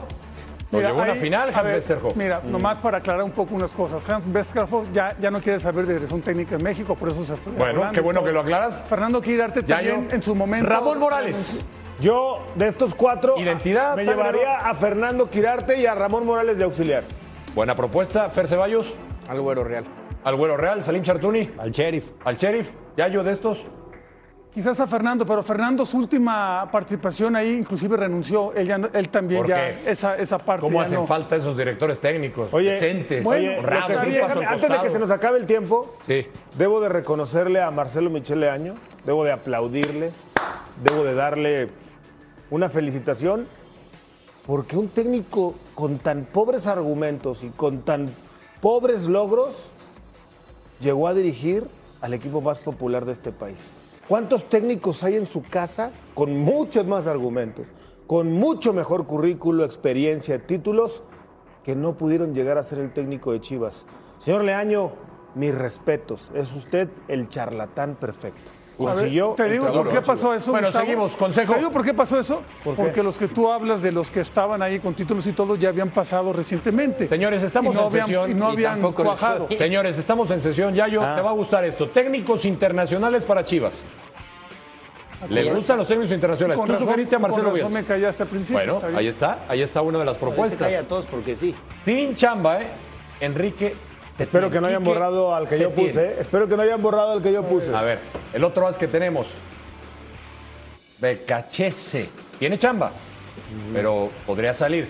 S10: Nos
S14: Mira,
S10: llegó a una
S14: ahí,
S10: final
S14: a
S10: Hans
S14: ver,
S10: Westerhoff. Mm.
S14: Mira,
S13: Mm.
S14: nomás para aclarar un poco unas cosas. Hans Westerhoff ya, ya no quiere saber de dirección técnica en México, por eso se fue.
S10: Bueno,
S14: Orlando
S10: qué
S14: y
S10: bueno
S14: todo.
S10: que lo aclaras.
S14: Fernando Quirarte
S10: Ya
S14: también
S10: yo.
S14: en su momento.
S10: Ramón Morales.
S11: Yo, de estos cuatro,
S10: Identidad,
S11: me
S10: sangre,
S11: llevaría a Fernando Quirarte y a Ramón Morales de auxiliar.
S10: Buena propuesta. Fer Ceballos.
S12: Al Güero Real.
S10: Al Güero Real. Salim Chartuni.
S13: Al sheriff.
S10: Al sheriff. Yayo de estos.
S14: eh, Quizás a Fernando, pero Fernando su última participación ahí inclusive renunció. Él, ya no- él también
S10: ¿Por
S14: ya
S10: qué?
S14: esa, esa parte.
S10: ¿Cómo
S14: ya
S10: hacen
S14: no.
S10: falta esos directores técnicos?
S11: Oye,
S10: decentes,
S11: oye,
S10: honrados,
S11: lo que
S10: un
S11: sí,
S10: paso
S11: déjame-
S10: al
S11: antes de que
S10: costado.
S11: se nos acabe el tiempo,
S10: Sí.
S11: debo de reconocerle a Marcelo Michele Año, debo de aplaudirle, debo de darle una felicitación, porque un técnico con tan pobres argumentos y con tan pobres logros llegó a dirigir al equipo más popular de este país. ¿Cuántos técnicos hay en su casa con muchos más argumentos, con mucho mejor currículo, experiencia, títulos, que no pudieron llegar a ser el técnico de Chivas? Señor Leaño, mis respetos, es usted el charlatán perfecto.
S14: A ver,
S11: Consiguió
S14: te
S11: el
S14: digo
S11: trabajo
S14: por
S11: de
S14: qué
S11: Chivas.
S14: pasó eso.
S10: Bueno,
S14: Gustavo.
S10: seguimos, consejo.
S14: Te digo por qué pasó eso.
S11: ¿Por qué?
S14: Porque los que tú hablas de los que estaban ahí con títulos y todo ya habían pasado recientemente.
S10: Señores, estamos
S14: Y no
S10: en
S14: habían-
S10: sesión
S14: Y no
S10: y
S14: habían
S12: tampoco les fue
S14: cuajado.
S12: bien.
S10: Señores, estamos en sesión. Yayo, te va a gustar esto. Técnicos internacionales para Chivas. ¿Le gustan los técnicos internacionales?
S14: Con
S10: Tú
S14: razón-
S10: sugeriste a Marcelo
S14: con razón me
S10: Bielsa.
S14: callé hasta el principio.
S10: Bueno,
S14: está bien.
S10: ahí está. Ahí está una de las
S13: Se calla a
S10: propuestas.
S13: todos porque sí.
S10: Sin chamba, ¿eh? Enrique.
S11: Espero que no hayan
S10: Quique
S11: borrado al que yo
S10: Setién.
S11: puse. ¿eh? Espero que no hayan borrado al que yo puse.
S10: A ver, el otro as que tenemos. Becachese. Tiene chamba, pero podría salir.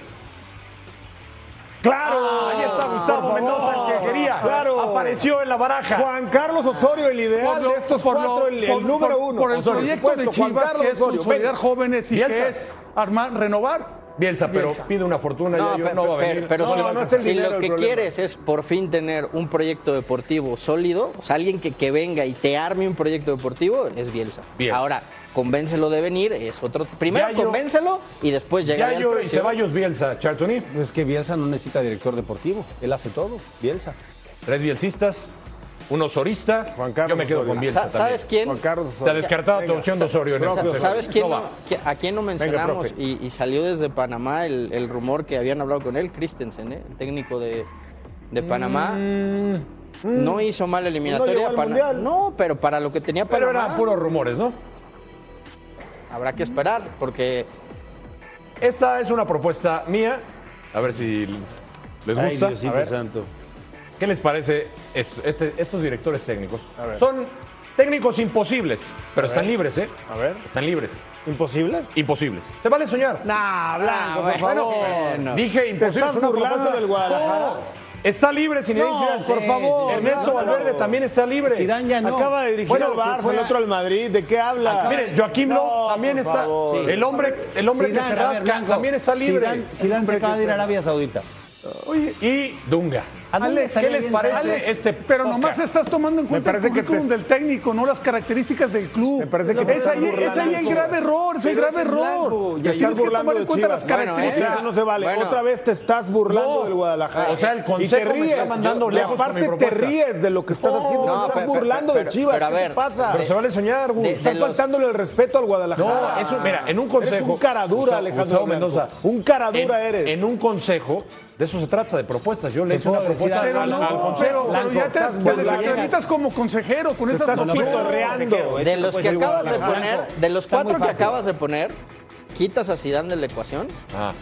S10: Claro,
S3: Ah,
S10: ahí está Gustavo
S11: por favor.
S10: Mendoza, el que quería.
S11: Claro.
S10: Apareció en la baraja.
S11: Juan Carlos Osorio, el ideal
S14: Por lo-
S11: de estos
S14: por lo-
S11: cuatro, el, el
S14: por-
S11: número
S14: por-
S11: uno.
S14: Por el
S11: Osorio,
S14: proyecto de
S11: supuesto, Juan
S14: Chivas,
S11: Carlos
S14: que es
S11: Osorio,
S14: consolidar
S11: venga.
S14: jóvenes y
S10: Bielsa.
S14: que es armar, renovar.
S10: Bielsa, pero
S14: Bielsa.
S10: pide una fortuna.
S14: No,
S10: ya yo
S14: pero-
S10: no va a
S14: pero-
S10: venir.
S14: pero
S10: No,
S14: si-
S10: no, no es el
S12: si
S10: dinero
S12: lo
S10: el
S12: que
S10: problema.
S12: quieres es por fin tener un proyecto deportivo sólido, o sea, alguien que, que venga y te arme un proyecto deportivo, es Bielsa.
S10: Bielsa.
S12: Ahora, convéncelo de venir, es otro. Primero
S10: Yayo-
S12: convéncelo y después llega al
S10: Yayo y
S12: precio.
S10: Ceballos Bielsa, Chartuní.
S13: Es que Bielsa no necesita director deportivo, él hace todo, Bielsa.
S10: Tres bielcistas, un osorista. Juan Yo me quedo
S13: Osorio.
S10: con Bielsa
S12: Sa-
S10: también.
S12: ¿Sabes quién?
S10: Te ha descartado tu opción de Osorio en
S12: Sa-
S10: esta selección.
S12: ¿Sabes quién
S10: No
S12: no-
S10: va.
S12: que- a quién no mencionamos?
S10: profe.
S12: y, y salió desde Panamá el, el rumor que habían hablado con él, Christensen, ¿eh? el técnico de, de Panamá.
S13: Mm,
S12: No hizo mal
S10: Mm. No
S12: eliminatoria.
S10: llegó al
S12: Pana-
S10: Mundial.
S12: no, pero para lo que tenía
S10: Pero
S12: Panamá.
S11: ah.
S10: eran puros rumores, ¿no?
S12: Habrá que esperar, porque
S10: Esta es una propuesta mía. A ver si les
S12: Ay,
S10: gusta.
S12: Diosito
S10: A ver.
S13: santo.
S10: ¿Qué les parece esto- este- estos directores técnicos?
S11: A ver.
S10: Son técnicos imposibles, pero
S11: A
S10: están
S11: ver.
S10: libres, ¿eh?
S11: A ver.
S10: Están libres.
S11: ¿Imposibles?
S10: Imposibles. Se vale soñar. Ah,
S11: Nah, Blanco, por favor.
S10: Dije imposible.
S11: Ah, ¿Te estás
S10: es una
S11: burlando
S10: propuesta-
S11: del Guadalajara?
S10: No. Está libre Zinedine
S11: No,
S10: Zidane.
S11: por favor,
S10: Ernesto
S11: no, no.
S10: Valverde también está libre.
S11: Zidane ya no. Acaba de dirigir al Barça, el otro al Madrid. ¿De qué habla?
S10: Acaba- Miren, Joaquim Lowe
S11: No,
S10: también
S11: por
S10: está.
S11: favor.
S10: El hombre, el hombre que
S13: Zidane,
S10: se
S13: a ver,
S10: rasca
S13: Blanco,
S10: también está libre.
S13: Zidane- Zidane se acaba de ir a Arabia Saudita.
S10: Oye, y Dunga.
S13: ¿A dónde
S10: Alex, ¿qué
S13: estaría
S10: les
S13: bien
S10: parece
S13: Alex?
S10: este
S14: Pero
S10: podcast?
S14: nomás estás tomando en
S10: Me
S14: cuenta el
S10: parece que
S14: currículum
S10: te-
S14: del técnico, no las características del club. Me
S11: parece que te
S14: es
S11: estás
S14: ahí, es ahí el
S11: burlando.
S14: grave error, es el
S11: Pero
S14: grave
S11: es en blanco,
S14: error.
S11: ya
S14: Te
S11: estás
S14: tienes que
S11: burlando
S14: tomar en
S11: de
S14: cuenta
S11: Chivas.
S14: las
S11: Bueno,
S14: características.
S11: Eso no se vale.
S14: Bueno.
S11: Otra vez te estás burlando
S10: No.
S11: del Guadalajara.
S10: O sea, el
S11: Y
S10: consejo
S11: te
S10: me
S11: ríes.
S10: está mandando
S11: Yo-
S10: lejos con
S11: aparte
S10: mi
S11: te
S10: propuesta.
S11: ríes de lo que estás
S10: No,
S11: haciendo.
S10: no,
S11: te estás
S10: pero- pero-
S11: burlando
S10: pero-
S11: de Chivas.
S10: pero a
S11: ¿Qué
S10: ver,
S11: te pasa?
S10: pero se vale soñar, Gus. de- de
S11: Estás
S10: los-
S11: faltándole el respeto al Guadalajara.
S10: No, eso, mira, en Ah, un
S11: Eres
S10: consejo.
S11: un cara dura,
S10: Gustavo-
S11: Alejandro.
S10: Gustavo
S11: Blanco.
S10: Mendoza.
S11: Un cara dura
S10: en,
S11: eres.
S10: En un consejo, de eso se trata, de propuestas. Yo
S11: Te
S10: le hice una
S11: puedo decir
S10: propuesta
S11: algo,
S10: al,
S11: Blanco.
S10: al
S14: Pero,
S10: consejo.
S14: pero ya te, te desacreditas como consejero con esas
S11: estás
S14: pitorreando.
S12: de los que acabas de poner, de los cuatro que acabas de poner, quitas a Zidane de la ecuación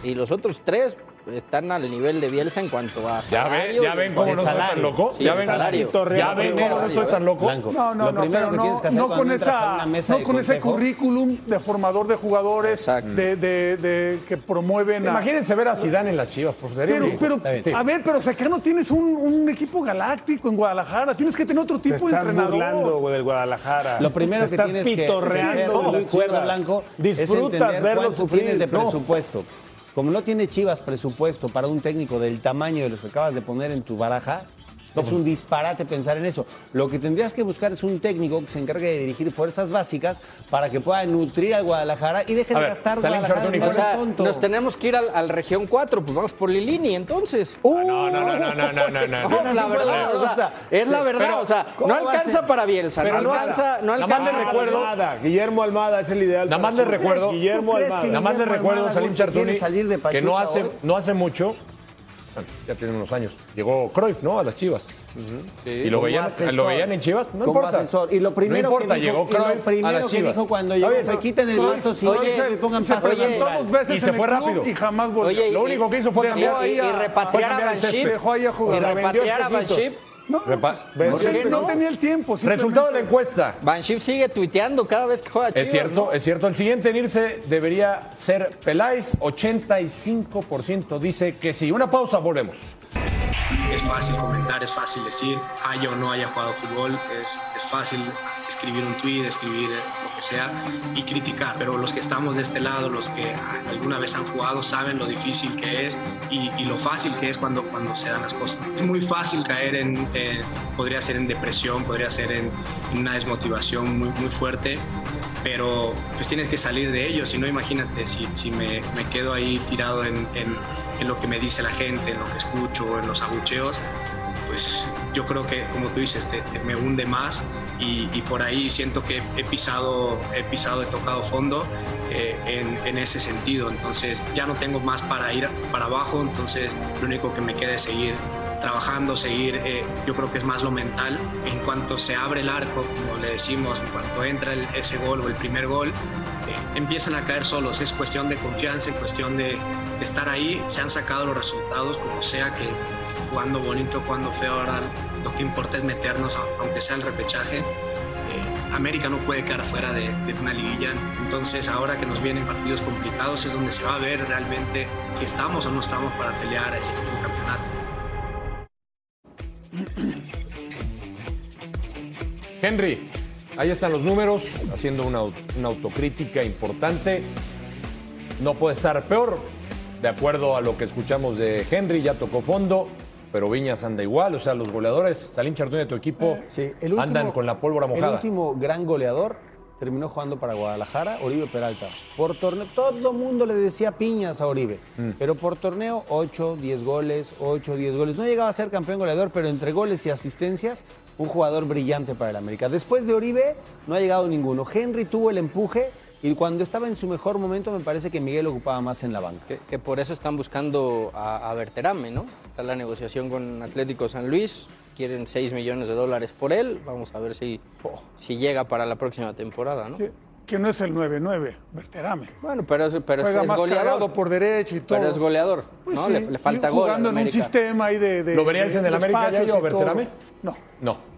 S12: y los otros tres están al nivel de Bielsa en cuanto a
S10: ¿Ya ven,
S12: salario.
S10: ya ven cómo no estoy tan loco?
S12: Sí,
S10: ¿Ya ven,
S12: salario.
S10: ¿Ya ven cómo no estoy tan loco?
S13: Blanco.
S14: No, no,
S13: Lo
S14: no,
S13: primero
S14: pero
S13: que tienes
S14: no,
S13: que hacer
S14: no
S13: cuando
S14: con,
S13: entras a
S14: esa,
S13: una mesa
S14: no
S13: de
S14: con ese
S13: consejo-
S14: currículum de formador de jugadores de, de- de- que promueven a-
S10: Imagínense ver a Zidane en las chivas, por sería
S14: Pero,
S10: un-
S14: pero,
S10: Está bien. Sí.
S14: a ver, pero Sacano tienes un, un equipo galáctico en Guadalajara, tienes que tener otro
S11: Te
S14: tipo de
S11: estás
S14: entrenador.
S11: burlando güey, del Guadalajara.
S13: Lo primero que
S11: Estás
S13: tienes que
S11: pitorreando.
S13: hacer, de
S11: güey,
S13: acuerdo,
S11: Chivas.
S13: Blanco, es
S11: Disfrutas
S13: entender
S11: verlo
S13: cuánto
S11: sufrir.
S13: tienes de
S11: No.
S13: presupuesto. Como no tiene Chivas presupuesto para un técnico del tamaño de los que acabas de poner en tu baraja, es un disparate pensar en eso. Lo que tendrías que buscar es un técnico que se encargue de dirigir fuerzas básicas para que pueda nutrir al Guadalajara y deje
S10: A
S13: de
S10: ver,
S13: gastar
S10: Salim
S13: Guadalajara
S10: Chardoni,
S13: en
S12: O
S13: cosas
S12: sea,
S13: tonto.
S12: nos tenemos que ir al, al región 4, pues vamos por Lilini entonces.
S14: Uh,
S12: Ah,
S10: No, no, no, no, no, no, no.
S12: No, la verdad, o sea, es la verdad,
S10: Pero,
S12: o sea, no
S10: ¿cómo va a
S12: alcanza
S10: ser?
S12: para Bielsa,
S10: Pero
S12: no
S10: no
S12: alcanza,
S10: hace-
S12: no
S10: nada más
S12: alcanza.
S10: le
S12: para-
S10: recuerdo-
S11: Almada, Guillermo Almada es el ideal.
S10: Nada
S11: para
S10: más les
S11: Chivas.
S10: recuerdo.
S11: Guillermo
S10: Nada
S11: Almada.
S10: más les
S13: Guillermo
S10: recuerdo,
S13: Almada,
S10: Salim
S13: Gus, que quiere
S10: Chartuni,
S13: salir de
S10: que
S13: Pachuca
S10: no hace,
S13: hoy?
S10: no hace mucho, ya tienen unos años, llegó Cruyff, ¿no? A las Chivas. Y lo
S13: Como
S10: veían,
S13: asesor.
S10: lo veían en Chivas, no
S13: Como
S10: importa.
S13: asesor. Y lo primero
S10: no importa,
S13: que dijo,
S10: llegó
S13: y lo
S10: Cruyff a
S13: primero
S10: las
S13: que
S10: Chivas.
S13: dijo cuando llegó
S10: Está
S13: fue
S10: bien.
S13: quiten el
S14: Oye,
S13: vaso
S12: oye,
S13: sin y pongan
S14: Se
S13: pase
S12: Oye,
S14: presentó dos veces
S10: y se
S14: en el
S10: fue
S14: club
S10: rápido.
S14: y jamás volvió.
S12: Oye,
S10: Lo único que hizo fue
S12: y- y,
S10: cambiar-
S12: y
S14: Dejó ahí a-
S12: repatriar a
S10: cambiar el
S12: Banship.
S10: césped.
S14: Dejó ahí a
S12: Y
S14: jugar.
S12: repatriar a Banship.
S14: No,
S10: Repa-
S14: no,
S10: Benchip,
S14: no
S10: ¿no?
S14: tenía el tiempo. simplemente.
S10: Resultado de la encuesta.
S12: Banship sigue tuiteando cada vez que juega Chivas.
S10: Es cierto,
S12: ¿no?
S10: es cierto. El siguiente en irse debería ser Peláez. 85% dice que sí. Una pausa, volvemos.
S1: Es fácil comentar, es fácil decir, haya o no haya jugado fútbol, es, es fácil escribir un tweet, escribir eh, lo que sea y criticar. Pero los que estamos de este lado, los que ah, alguna vez han jugado, saben lo difícil que es y, y lo fácil que es cuando, cuando se dan las cosas. Es muy fácil caer en, eh, podría ser en depresión, podría ser en, en una desmotivación muy, muy fuerte, pero pues tienes que salir de ello. Si no, imagínate, si, si me, me quedo ahí tirado en, en- en lo que me dice la gente, en lo que escucho, en los abucheos, pues yo creo que, como tú dices, te- te- me hunde más y, y por ahí siento que he pisado, he pisado, he tocado fondo eh, en, en ese sentido. Entonces ya no tengo más para ir para abajo, entonces lo único que me queda es seguir trabajando, seguir, eh, yo creo que es más lo mental. En cuanto se abre el arco, como le decimos, en cuanto entra el- ese gol o el primer gol, eh, empiezan a caer solos. Es cuestión de confianza, es cuestión de estar ahí. Se han sacado los resultados, como sea que jugando bonito, jugando feo, ahora lo que importa es meternos, a- aunque sea el repechaje. Eh, América no puede quedar fuera de, de una liguilla, entonces ahora que nos vienen partidos complicados es donde se va a ver realmente si estamos o no estamos para pelear eh, un campeonato. campeonato.
S10: Henry, ahí están los números, haciendo una, au- una autocrítica importante. No puede estar peor, de acuerdo a lo que escuchamos de Henry, ya tocó fondo, pero Viñas anda igual, o sea, los goleadores, Salín Chartún de tu equipo,
S13: El último-
S10: andan con la pólvora
S13: El
S10: mojada.
S13: último gran goleador terminó jugando para Guadalajara, Oribe Peralta. Por torneo, todo el mundo le decía piñas a Oribe.
S10: Mm.
S13: Pero por torneo, 8, 10 goles, 8, 10 goles. No llegaba a ser campeón goleador, pero entre goles y asistencias, un jugador brillante para el América. Después de Oribe, no ha llegado ninguno. Henry tuvo el empuje y cuando estaba en su mejor momento, me parece que Miguel ocupaba más en la banca.
S12: Que, que por eso están buscando a, a Berterame, ¿no? Está la negociación con Atlético San Luis, quieren 6 millones de dólares por él, vamos a ver si, si llega para la próxima temporada, ¿no?
S14: Que no es el 9-9, Berterame.
S12: Bueno, pero es, pero es-
S14: Juega
S12: es
S14: más
S12: goleador.
S14: cargado por derecha y todo.
S12: Pero es goleador,
S14: Pues
S12: ¿no?
S14: sí,
S12: le, le falta
S14: y
S12: gol.
S14: Jugando
S12: al
S14: en un
S12: América.
S14: sistema ahí de. de
S10: ¿Lo verías
S14: de-
S10: en el
S14: de
S10: América ya,
S14: espacios
S10: yo,
S14: y todo.
S10: Berterame?
S14: No.
S10: No.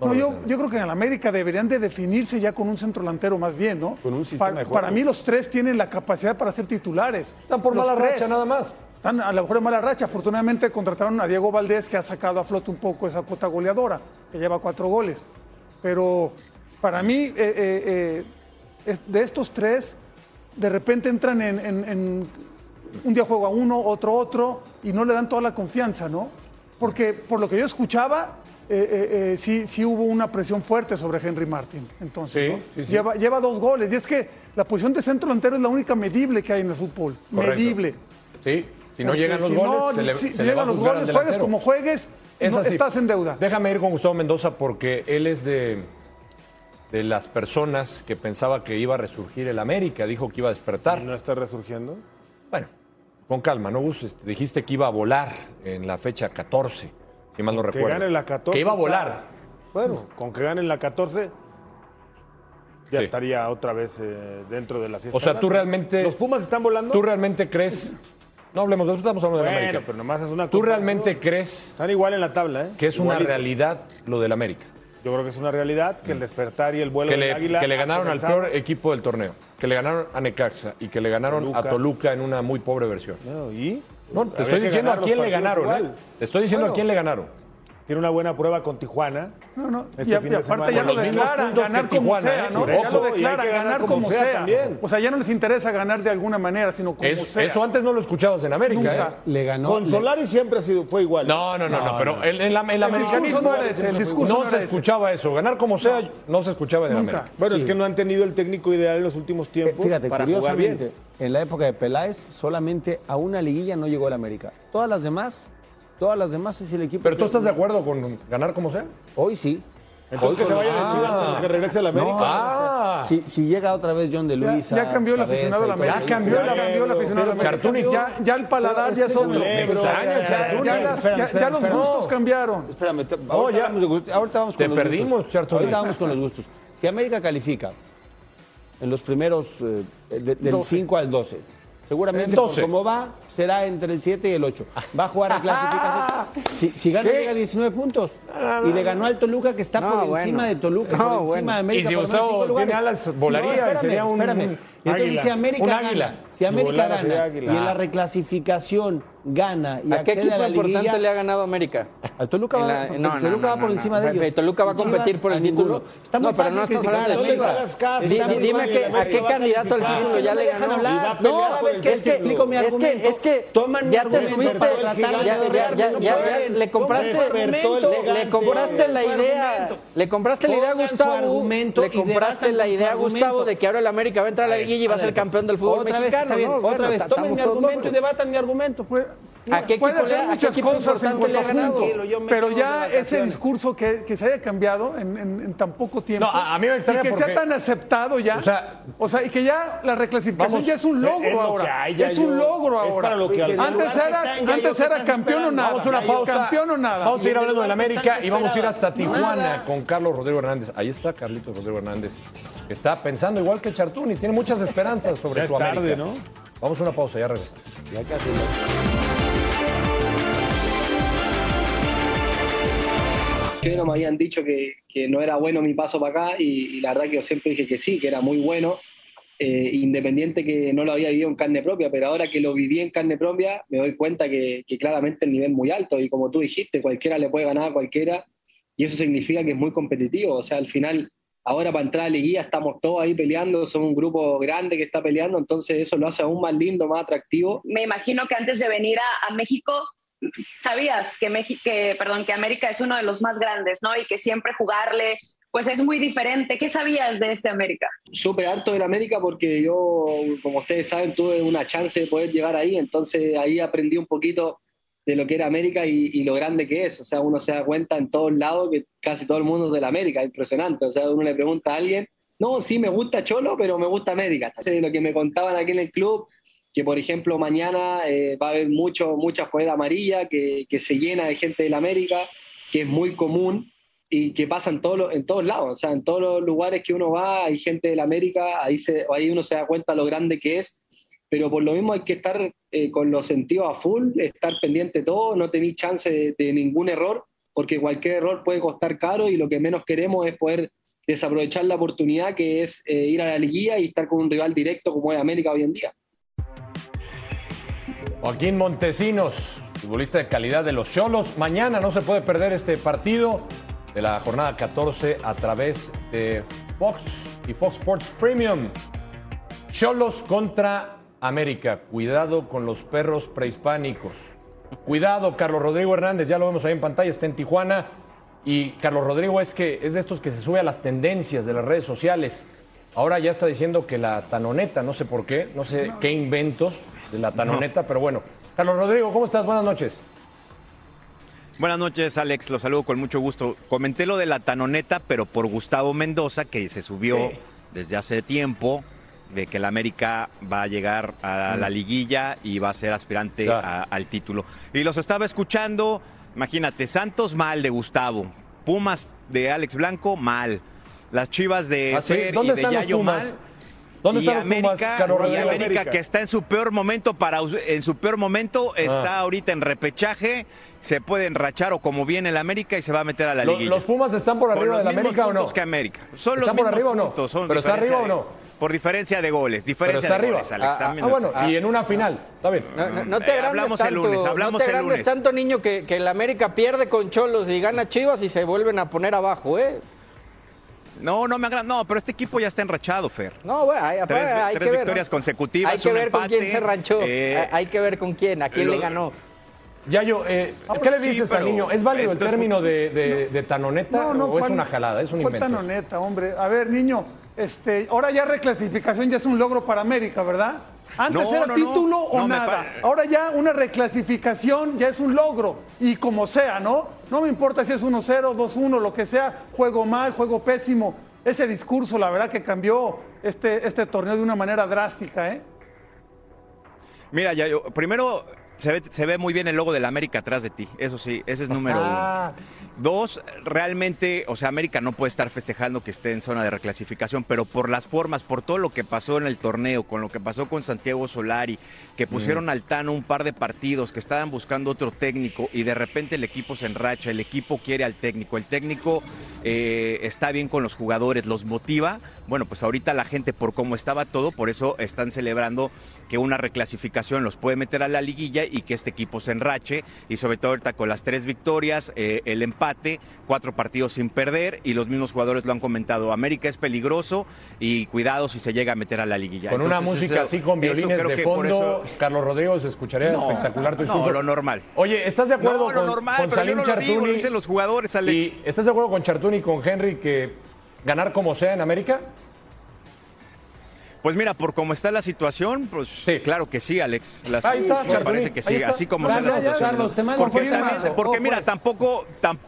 S14: No, yo, yo creo que en el América deberían de definirse ya con un centro delantero más bien, ¿no? Con un
S10: sistema
S14: para,
S10: de juego.
S14: Para mí los tres tienen la capacidad para ser titulares. Están
S10: por mala racha, nada más.
S14: Están a lo mejor en mala racha. Afortunadamente contrataron a Diego Valdés que ha sacado a flote un poco esa cuota goleadora, que lleva cuatro goles. Pero para mí, eh, eh, eh, es- de estos tres, de repente entran en, en- en- un día juega uno, otro otro, y no le dan toda la confianza, ¿no? Porque por lo que yo escuchaba, eh, eh, eh, sí, sí hubo una presión fuerte sobre Henry Martin.
S10: Sí,
S14: Entonces, ¿no?
S10: sí, sí.
S14: Lleva, lleva dos goles. Y es que la posición de centro delantero es la única medible que hay en el fútbol.
S10: Correcto.
S14: Medible.
S10: Sí, si no
S14: Porque
S10: llegan los
S14: si
S10: goles,
S14: no,
S10: se le,
S14: si-
S10: se le va
S14: si
S10: a
S14: llegan los
S10: juzgar al
S14: goles, juegues
S10: delantero.
S14: como juegues,
S10: Es
S14: no
S10: así.
S14: estás en deuda.
S10: Déjame ir con Gustavo Mendoza porque él es de, de las personas que pensaba que iba a resurgir el América, dijo que iba a despertar. ¿No
S11: está resurgiendo?
S10: Bueno, con calma, ¿no, Gus? Este, dijiste que iba a volar en la fecha 14, si mal no
S11: Que
S10: recuerdo.
S11: gane la 14.
S10: Que iba a
S11: está-
S10: volar.
S11: Bueno, con que ganen la 14, ya estaría otra vez eh, dentro de la fiesta.
S10: O sea, tú
S11: grande.
S10: realmente. ¿Los
S11: Pumas están volando?
S10: ¿Tú realmente crees.? No hablemos de eso, estamos hablando de
S11: Bueno,
S10: América.
S11: pero nomás es una
S10: ¿Tú
S11: comparación.
S10: realmente crees
S11: Están igual en la tabla, ¿eh?
S10: que es una
S11: Igualito.
S10: realidad lo del América?
S11: Yo creo que es una realidad que el despertar y el vuelo
S10: Que
S11: del
S10: le,
S11: águila.
S10: que le
S11: ha
S10: ganaron al
S11: comenzado.
S10: peor equipo del torneo. Que le ganaron a Necaxa y que le ganaron
S11: Toluca.
S10: a Toluca en una muy pobre versión.
S11: No, ¿y?
S10: No, te estoy diciendo a quién le ganaron. ¿eh? Te estoy diciendo a quién le ganaron.
S11: Tiene una buena prueba con Tijuana.
S14: No, no.
S11: Este
S14: y, a-
S11: fin
S14: y
S11: de
S14: aparte
S11: semana.
S14: ya
S11: Con
S14: lo
S11: los mismos
S14: declaran,
S11: puntos que
S14: ganar como
S11: Tijuana,
S14: sea,
S11: ¿eh?
S14: ¿no?
S11: Por
S14: Ya
S11: eso, y
S14: lo
S11: hay que
S14: declaran,
S11: ganar
S14: ganar,
S11: como
S14: como,
S11: sea
S14: sea.
S11: también.
S14: O sea, ya no les interesa ganar de alguna manera, sino como
S10: Es-
S14: sea.
S10: eso antes no lo escuchabas en América.
S14: Nunca.
S10: ¿eh?
S14: Le ganó-
S11: Con Solari siempre ha sido, fue igual.
S10: No, no, no, no, pero El, el- el americanismo
S11: discurso no era ese, el discurso
S10: no,
S11: no
S10: se
S11: era ese.
S10: escuchaba eso. Ganar como sea no, se escuchaba en el América.
S11: Bueno, es
S10: Sí.
S11: que no han tenido el técnico ideal en los últimos tiempos
S13: Fíjate,
S11: para jugar bien.
S13: curiosamente, en la época de Peláez, solamente a una liguilla no llegó el América. Todas las demás, todas las demás es el equipo.
S10: Pero tú
S13: que-
S10: estás de acuerdo con ganar como sea.
S13: Hoy sí.
S10: Entonces,
S13: Hoy
S10: que
S13: con
S10: se
S13: lo-
S10: vaya de Chivas, pero que regrese a la América.
S13: No,
S10: Ah.
S13: Si, si llega otra vez John de
S14: Ya-
S13: Luis.
S14: ya cambió el aficionado a la América. Ya cambió, ya cambió el aficionado a la América. Ya- ya el paladar ya es otro. Me extraña, Chartuni. Espérame, espérame, espérame. No.
S13: cambiaron. Espérame, te-
S14: No,
S13: ahorita
S14: ya.
S13: vamos, de gusto- ahorita vamos con
S10: Oh, Te
S13: los gustos.
S10: perdimos, Chartuni.
S13: Ahorita vamos con los gustos. Si América califica en los primeros, eh, de- del
S10: 12.
S13: 5 al 12,
S10: El
S13: seguramente
S10: 12.
S13: por cómo va, será entre el 7 y el 8. Va a jugar a clasificación. si, si gana, llega a 19 puntos. Y le ganó al Toluca, que está
S10: No,
S13: por
S10: bueno.
S13: encima de Toluca,
S10: No,
S13: por encima
S10: bueno.
S13: de América.
S10: Y si
S13: por lo menos
S10: Gustavo
S13: cinco lugares.
S10: tiene alas, volaría y
S13: espérame,
S10: sería un-
S13: espérame.
S10: un
S13: Y entonces,
S10: águila.
S13: si América
S10: Un
S13: gana,
S10: águila.
S13: si América
S10: Si volara,
S13: gana,
S10: sería
S13: y
S10: águila.
S13: en la reclasificación gana y
S12: ¿A qué
S13: accede
S12: equipo
S13: a la
S12: importante
S13: liguilla,
S12: le ha ganado América?
S13: Al Toluca va, el Toluca va por encima de ellos.
S12: Toluca va a
S13: Chivas,
S12: competir por el título.
S13: ninguno. Está muy
S12: no, pero
S13: fácil
S12: no estás
S13: criticar
S12: hablando de
S13: a Chivas.
S12: Chivas.
S13: Está
S12: Di-
S13: muy
S12: dime
S13: fácil,
S12: que- a
S13: América
S12: qué
S13: va a
S12: candidato al
S13: calificar.
S12: título ya
S13: No
S12: le
S13: me dejan
S12: ganó.
S13: hablar.
S12: Y va a
S13: No,
S12: pelear por
S13: ¿sabes
S12: el
S13: qué? Es que
S12: título.
S13: explico mi
S12: Es que-
S13: argumento.
S12: es que
S13: Toman mi
S12: ya te
S13: argumento
S12: subiste,
S13: para tratar
S12: ya-
S13: de
S12: ya-
S13: adorarme,
S12: ya-
S13: no
S12: ya-
S13: pueden.
S12: ya- le
S13: Toman
S12: compraste-
S13: su argumento.
S12: le- le compraste la
S13: Su
S12: idea-
S13: argumento.
S12: le compraste la idea a
S13: Pongan su
S12: Gustavo,
S13: argumento
S12: le
S13: y
S12: compraste
S13: debatan
S12: la
S13: con su
S12: idea a Gustavo
S13: argumento.
S12: de que ahora el América va a entrar a la
S13: ver,
S12: liguilla y va a ser
S13: ver.
S12: campeón del fútbol
S13: Otra vez,
S12: mexicano,
S13: está bien,
S12: ¿no?
S13: Otra
S12: Bueno,
S13: vez,
S12: estamos
S13: tomen mi
S12: todos
S13: argumento y
S12: locos.
S13: debatan mi argumento.
S12: ¿A qué equipo,
S14: Puede
S12: le,
S14: ser
S12: a qué
S14: muchas
S12: equipo
S14: cosas en
S12: importante le ha
S14: cuanto
S12: ganado?
S14: punto, pero ya ese discurso que, que se haya cambiado en, en- en tan poco tiempo.
S10: No, a- a mí me extraña
S14: y que
S10: porque-
S14: sea tan aceptado ya.
S10: O
S14: O
S10: sea-
S14: sea, y que ya la reclasificación
S10: Vamos,
S14: ya es un logro
S10: es lo que
S14: ahora.
S10: hay, ya
S14: es
S10: yo-
S14: un logro
S10: es
S14: ahora.
S10: para lo que-
S14: antes
S10: en el lugar que
S14: era,
S10: están, ya yo
S14: antes
S10: que
S14: era
S10: estás
S14: campeón o
S10: esperando.
S14: nada.
S10: Vamos a una
S14: Ya yo
S10: pausa.
S14: Campeón o nada.
S10: Vamos a ir hablando de la
S14: Mira,
S10: América y vamos a ir hasta
S14: esperaba.
S10: Tijuana
S14: Nada.
S10: con Carlos Rodrigo Hernández. Ahí está Carlitos Rodrigo Hernández. que Está pensando igual que Chartuni, tiene muchas esperanzas sobre
S11: Ya es
S10: su
S11: tarde,
S10: América.
S11: ¿no?
S10: Vamos a una pausa, ya regresamos.
S15: que me habían dicho que, que no era bueno mi paso para acá y, y la verdad que yo siempre dije que sí, que era muy bueno. eh, independiente que no lo había vivido en carne propia, pero ahora que lo viví en carne propia, me doy cuenta que, que claramente el nivel es muy alto y como tú dijiste, cualquiera le puede ganar a cualquiera y eso significa que es muy competitivo. O sea, al final, ahora para entrar a la liguilla estamos todos ahí peleando, somos un grupo grande que está peleando, entonces eso lo hace aún más lindo, más atractivo.
S16: Me imagino que antes de venir a, a México sabías que México, que, perdón, que América es uno de los más grandes, ¿no? Y que siempre jugarle, pues es muy diferente. ¿Qué sabías de este América?
S15: Súper harto del América porque yo, como ustedes saben, tuve una chance de poder llegar ahí, entonces ahí aprendí un poquito de lo que era América y, y lo grande que es. O sea, uno se da cuenta en todos lados que casi todo el mundo es del América, impresionante. O sea, uno le pregunta a alguien, no, sí, me gusta Cholo, pero me gusta América. Entonces, lo que me contaban aquí en el club, que por ejemplo mañana eh, va a haber mucho, mucha polera amarilla, que, que se llena de gente del América, que es muy común y que pasa en, todos los- en todos lados, o sea, en todos los lugares que uno va hay gente del América, ahí, se, ahí uno se da cuenta lo grande que es, pero por lo mismo hay que estar eh, con los sentidos a full, estar pendiente de todo, no tenéis chance de, de ningún error, porque cualquier error puede costar caro y lo que menos queremos es poder desaprovechar la oportunidad que es eh, ir a la liguilla y estar con un rival directo como es América hoy en día.
S10: Joaquín Montesinos, futbolista de calidad de los Cholos. Mañana no se puede perder este partido de la jornada 14 a través de Fox y Fox Sports Premium. Cholos contra América. Cuidado con los perros prehispánicos. Cuidado, Carlos Rodrigo Hernández, ya lo vemos ahí en pantalla, está en Tijuana. Y Carlos Rodrigo es que es de estos que se sube a las tendencias de las redes sociales. Ahora ya está diciendo que la tanoneta, no sé por qué, no sé qué inventos de la tanoneta, pero bueno. Carlos Rodrigo, ¿cómo estás? Buenas noches.
S17: Buenas noches, Alex. Los saludo con mucho gusto. Comenté lo de la tanoneta, pero por Gustavo Mendoza, que se subió desde hace tiempo, de que el América va a llegar a la liguilla y va a ser aspirante a- al título. Y los estaba escuchando, imagínate, Santos mal de Gustavo, Pumas de Alex Blanco mal, las Chivas de
S10: ¿Ah, sí?
S17: Fer
S10: ¿Dónde
S17: y de
S10: están los
S17: Yayo
S10: Pumas?
S17: mal.
S10: ¿Dónde
S17: y
S10: están los
S17: América,
S10: Pumas, Carlos
S17: y
S10: Rodrigo?
S17: América que está en su peor momento para us- en su peor momento
S10: Ah.
S17: está ahorita en repechaje, se puede enrachar o como viene el América y se va a meter a la
S10: Lo-
S17: liguilla.
S10: ¿Los Pumas están por
S17: Con
S10: arriba
S17: los
S10: del
S17: mismos
S10: América o no?
S17: puntos que América. Son los
S10: ¿Están por
S17: mismos
S10: arriba o no?
S17: puntos, son
S10: ¿Pero está
S17: diferencia
S10: arriba
S17: de-
S10: o no?
S17: Por diferencia de goles,
S10: Pero
S17: diferencia
S10: está
S17: de
S10: arriba.
S17: goles, Alex.
S10: Ah,
S17: también
S10: ah, bueno,
S17: es- Ah,
S10: y en una final. Está bien.
S12: No, no- no te
S17: Eh,
S12: agrandes
S17: hablamos el
S12: tanto,
S17: lunes,
S12: no
S17: hablamos
S12: te
S17: el
S12: agrandes
S17: lunes.
S12: tanto, niño, que, que el América pierde con Cholos y gana Chivas y se vuelven a poner abajo, ¿eh?
S17: No, no me agrada. No, pero este equipo ya está enrachado, Fer.
S12: No, bueno, hay,
S17: Tres-
S12: hay
S17: tres
S12: que ver.
S17: victorias consecutivas,
S12: Hay que
S17: un
S12: ver con quién
S17: empate,
S12: se ranchó.
S17: eh,
S12: hay- hay que ver con quién, a quién
S10: lo-
S12: le ganó.
S10: Yayo, eh,
S17: Ah,
S10: ¿qué le
S12: sí,
S10: dices al
S12: pero
S10: niño? ¿Es válido el
S12: esto es
S10: término de, de- de tanoneta
S14: No, no,
S10: o es
S14: ¿cuál-
S10: una jalada? Es un
S14: cuál
S10: invento.
S14: tanoneta, hombre. A ver, niño, este, ahora ya reclasificación ya es un logro para América, ¿verdad? Antes
S17: No, no,
S14: era
S17: no.
S14: título o
S17: No, me
S14: nada.
S17: pa-
S14: Ahora ya una reclasificación ya es un logro. Y como sea, ¿no? No me importa si es 1-0, 2-1, lo que sea. Juego mal, juego pésimo. Ese discurso, la verdad, que cambió este, este torneo de una manera drástica, ¿eh?
S17: Mira, ya yo- primero se ve, se ve muy bien el logo del América atrás de ti. Eso sí, ese es número uno. Dos, realmente, o sea, América no puede estar festejando que esté en zona de reclasificación, pero por las formas, por todo lo que pasó en el torneo, con lo que pasó con Santiago Solari, que pusieron
S18: Mm.
S17: al Tano un par de partidos, que estaban buscando otro técnico y de repente el equipo se enracha, el equipo quiere al técnico, el técnico eh, está bien con los jugadores, los motiva. Bueno, pues ahorita la gente por cómo estaba todo, por eso están celebrando que una reclasificación los puede meter a la liguilla y que este equipo se enrache y sobre todo ahorita con las tres victorias, eh, el empate, cuatro partidos sin perder y los mismos jugadores lo han comentado. América es peligroso y cuidado si se llega a meter a la liguilla.
S10: Con una
S17: Entonces,
S10: música
S17: eso-
S10: así con
S17: eso
S10: violines
S17: creo
S10: de
S17: que por
S10: fondo,
S17: eso-
S10: Carlos Rodrigo, se escucharía
S17: No,
S10: espectacular tu
S17: no,
S10: discurso.
S17: lo normal.
S10: Oye, ¿estás de acuerdo
S17: No, lo
S10: con,
S17: normal,
S10: con
S17: pero yo
S10: Salim
S17: no lo digo,
S10: Chartuni?
S17: lo dicen los jugadores, Alex.
S10: ¿Y estás de acuerdo con Chartuni y con Henry que ganar como sea en América?
S17: Pues mira, por cómo está la situación, pues claro que sí, Alex. La-
S10: Ahí está,
S17: me
S10: Chartuni,
S17: parece que
S10: ahí
S17: sí,
S10: está.
S17: así como
S10: Ya,
S17: está la
S10: ya, ya,
S17: situación.
S10: Carlos, te mando
S17: porque
S10: un firmazo.
S17: también- porque
S10: Oh,
S17: mira,
S10: pues.
S17: tampoco, tam-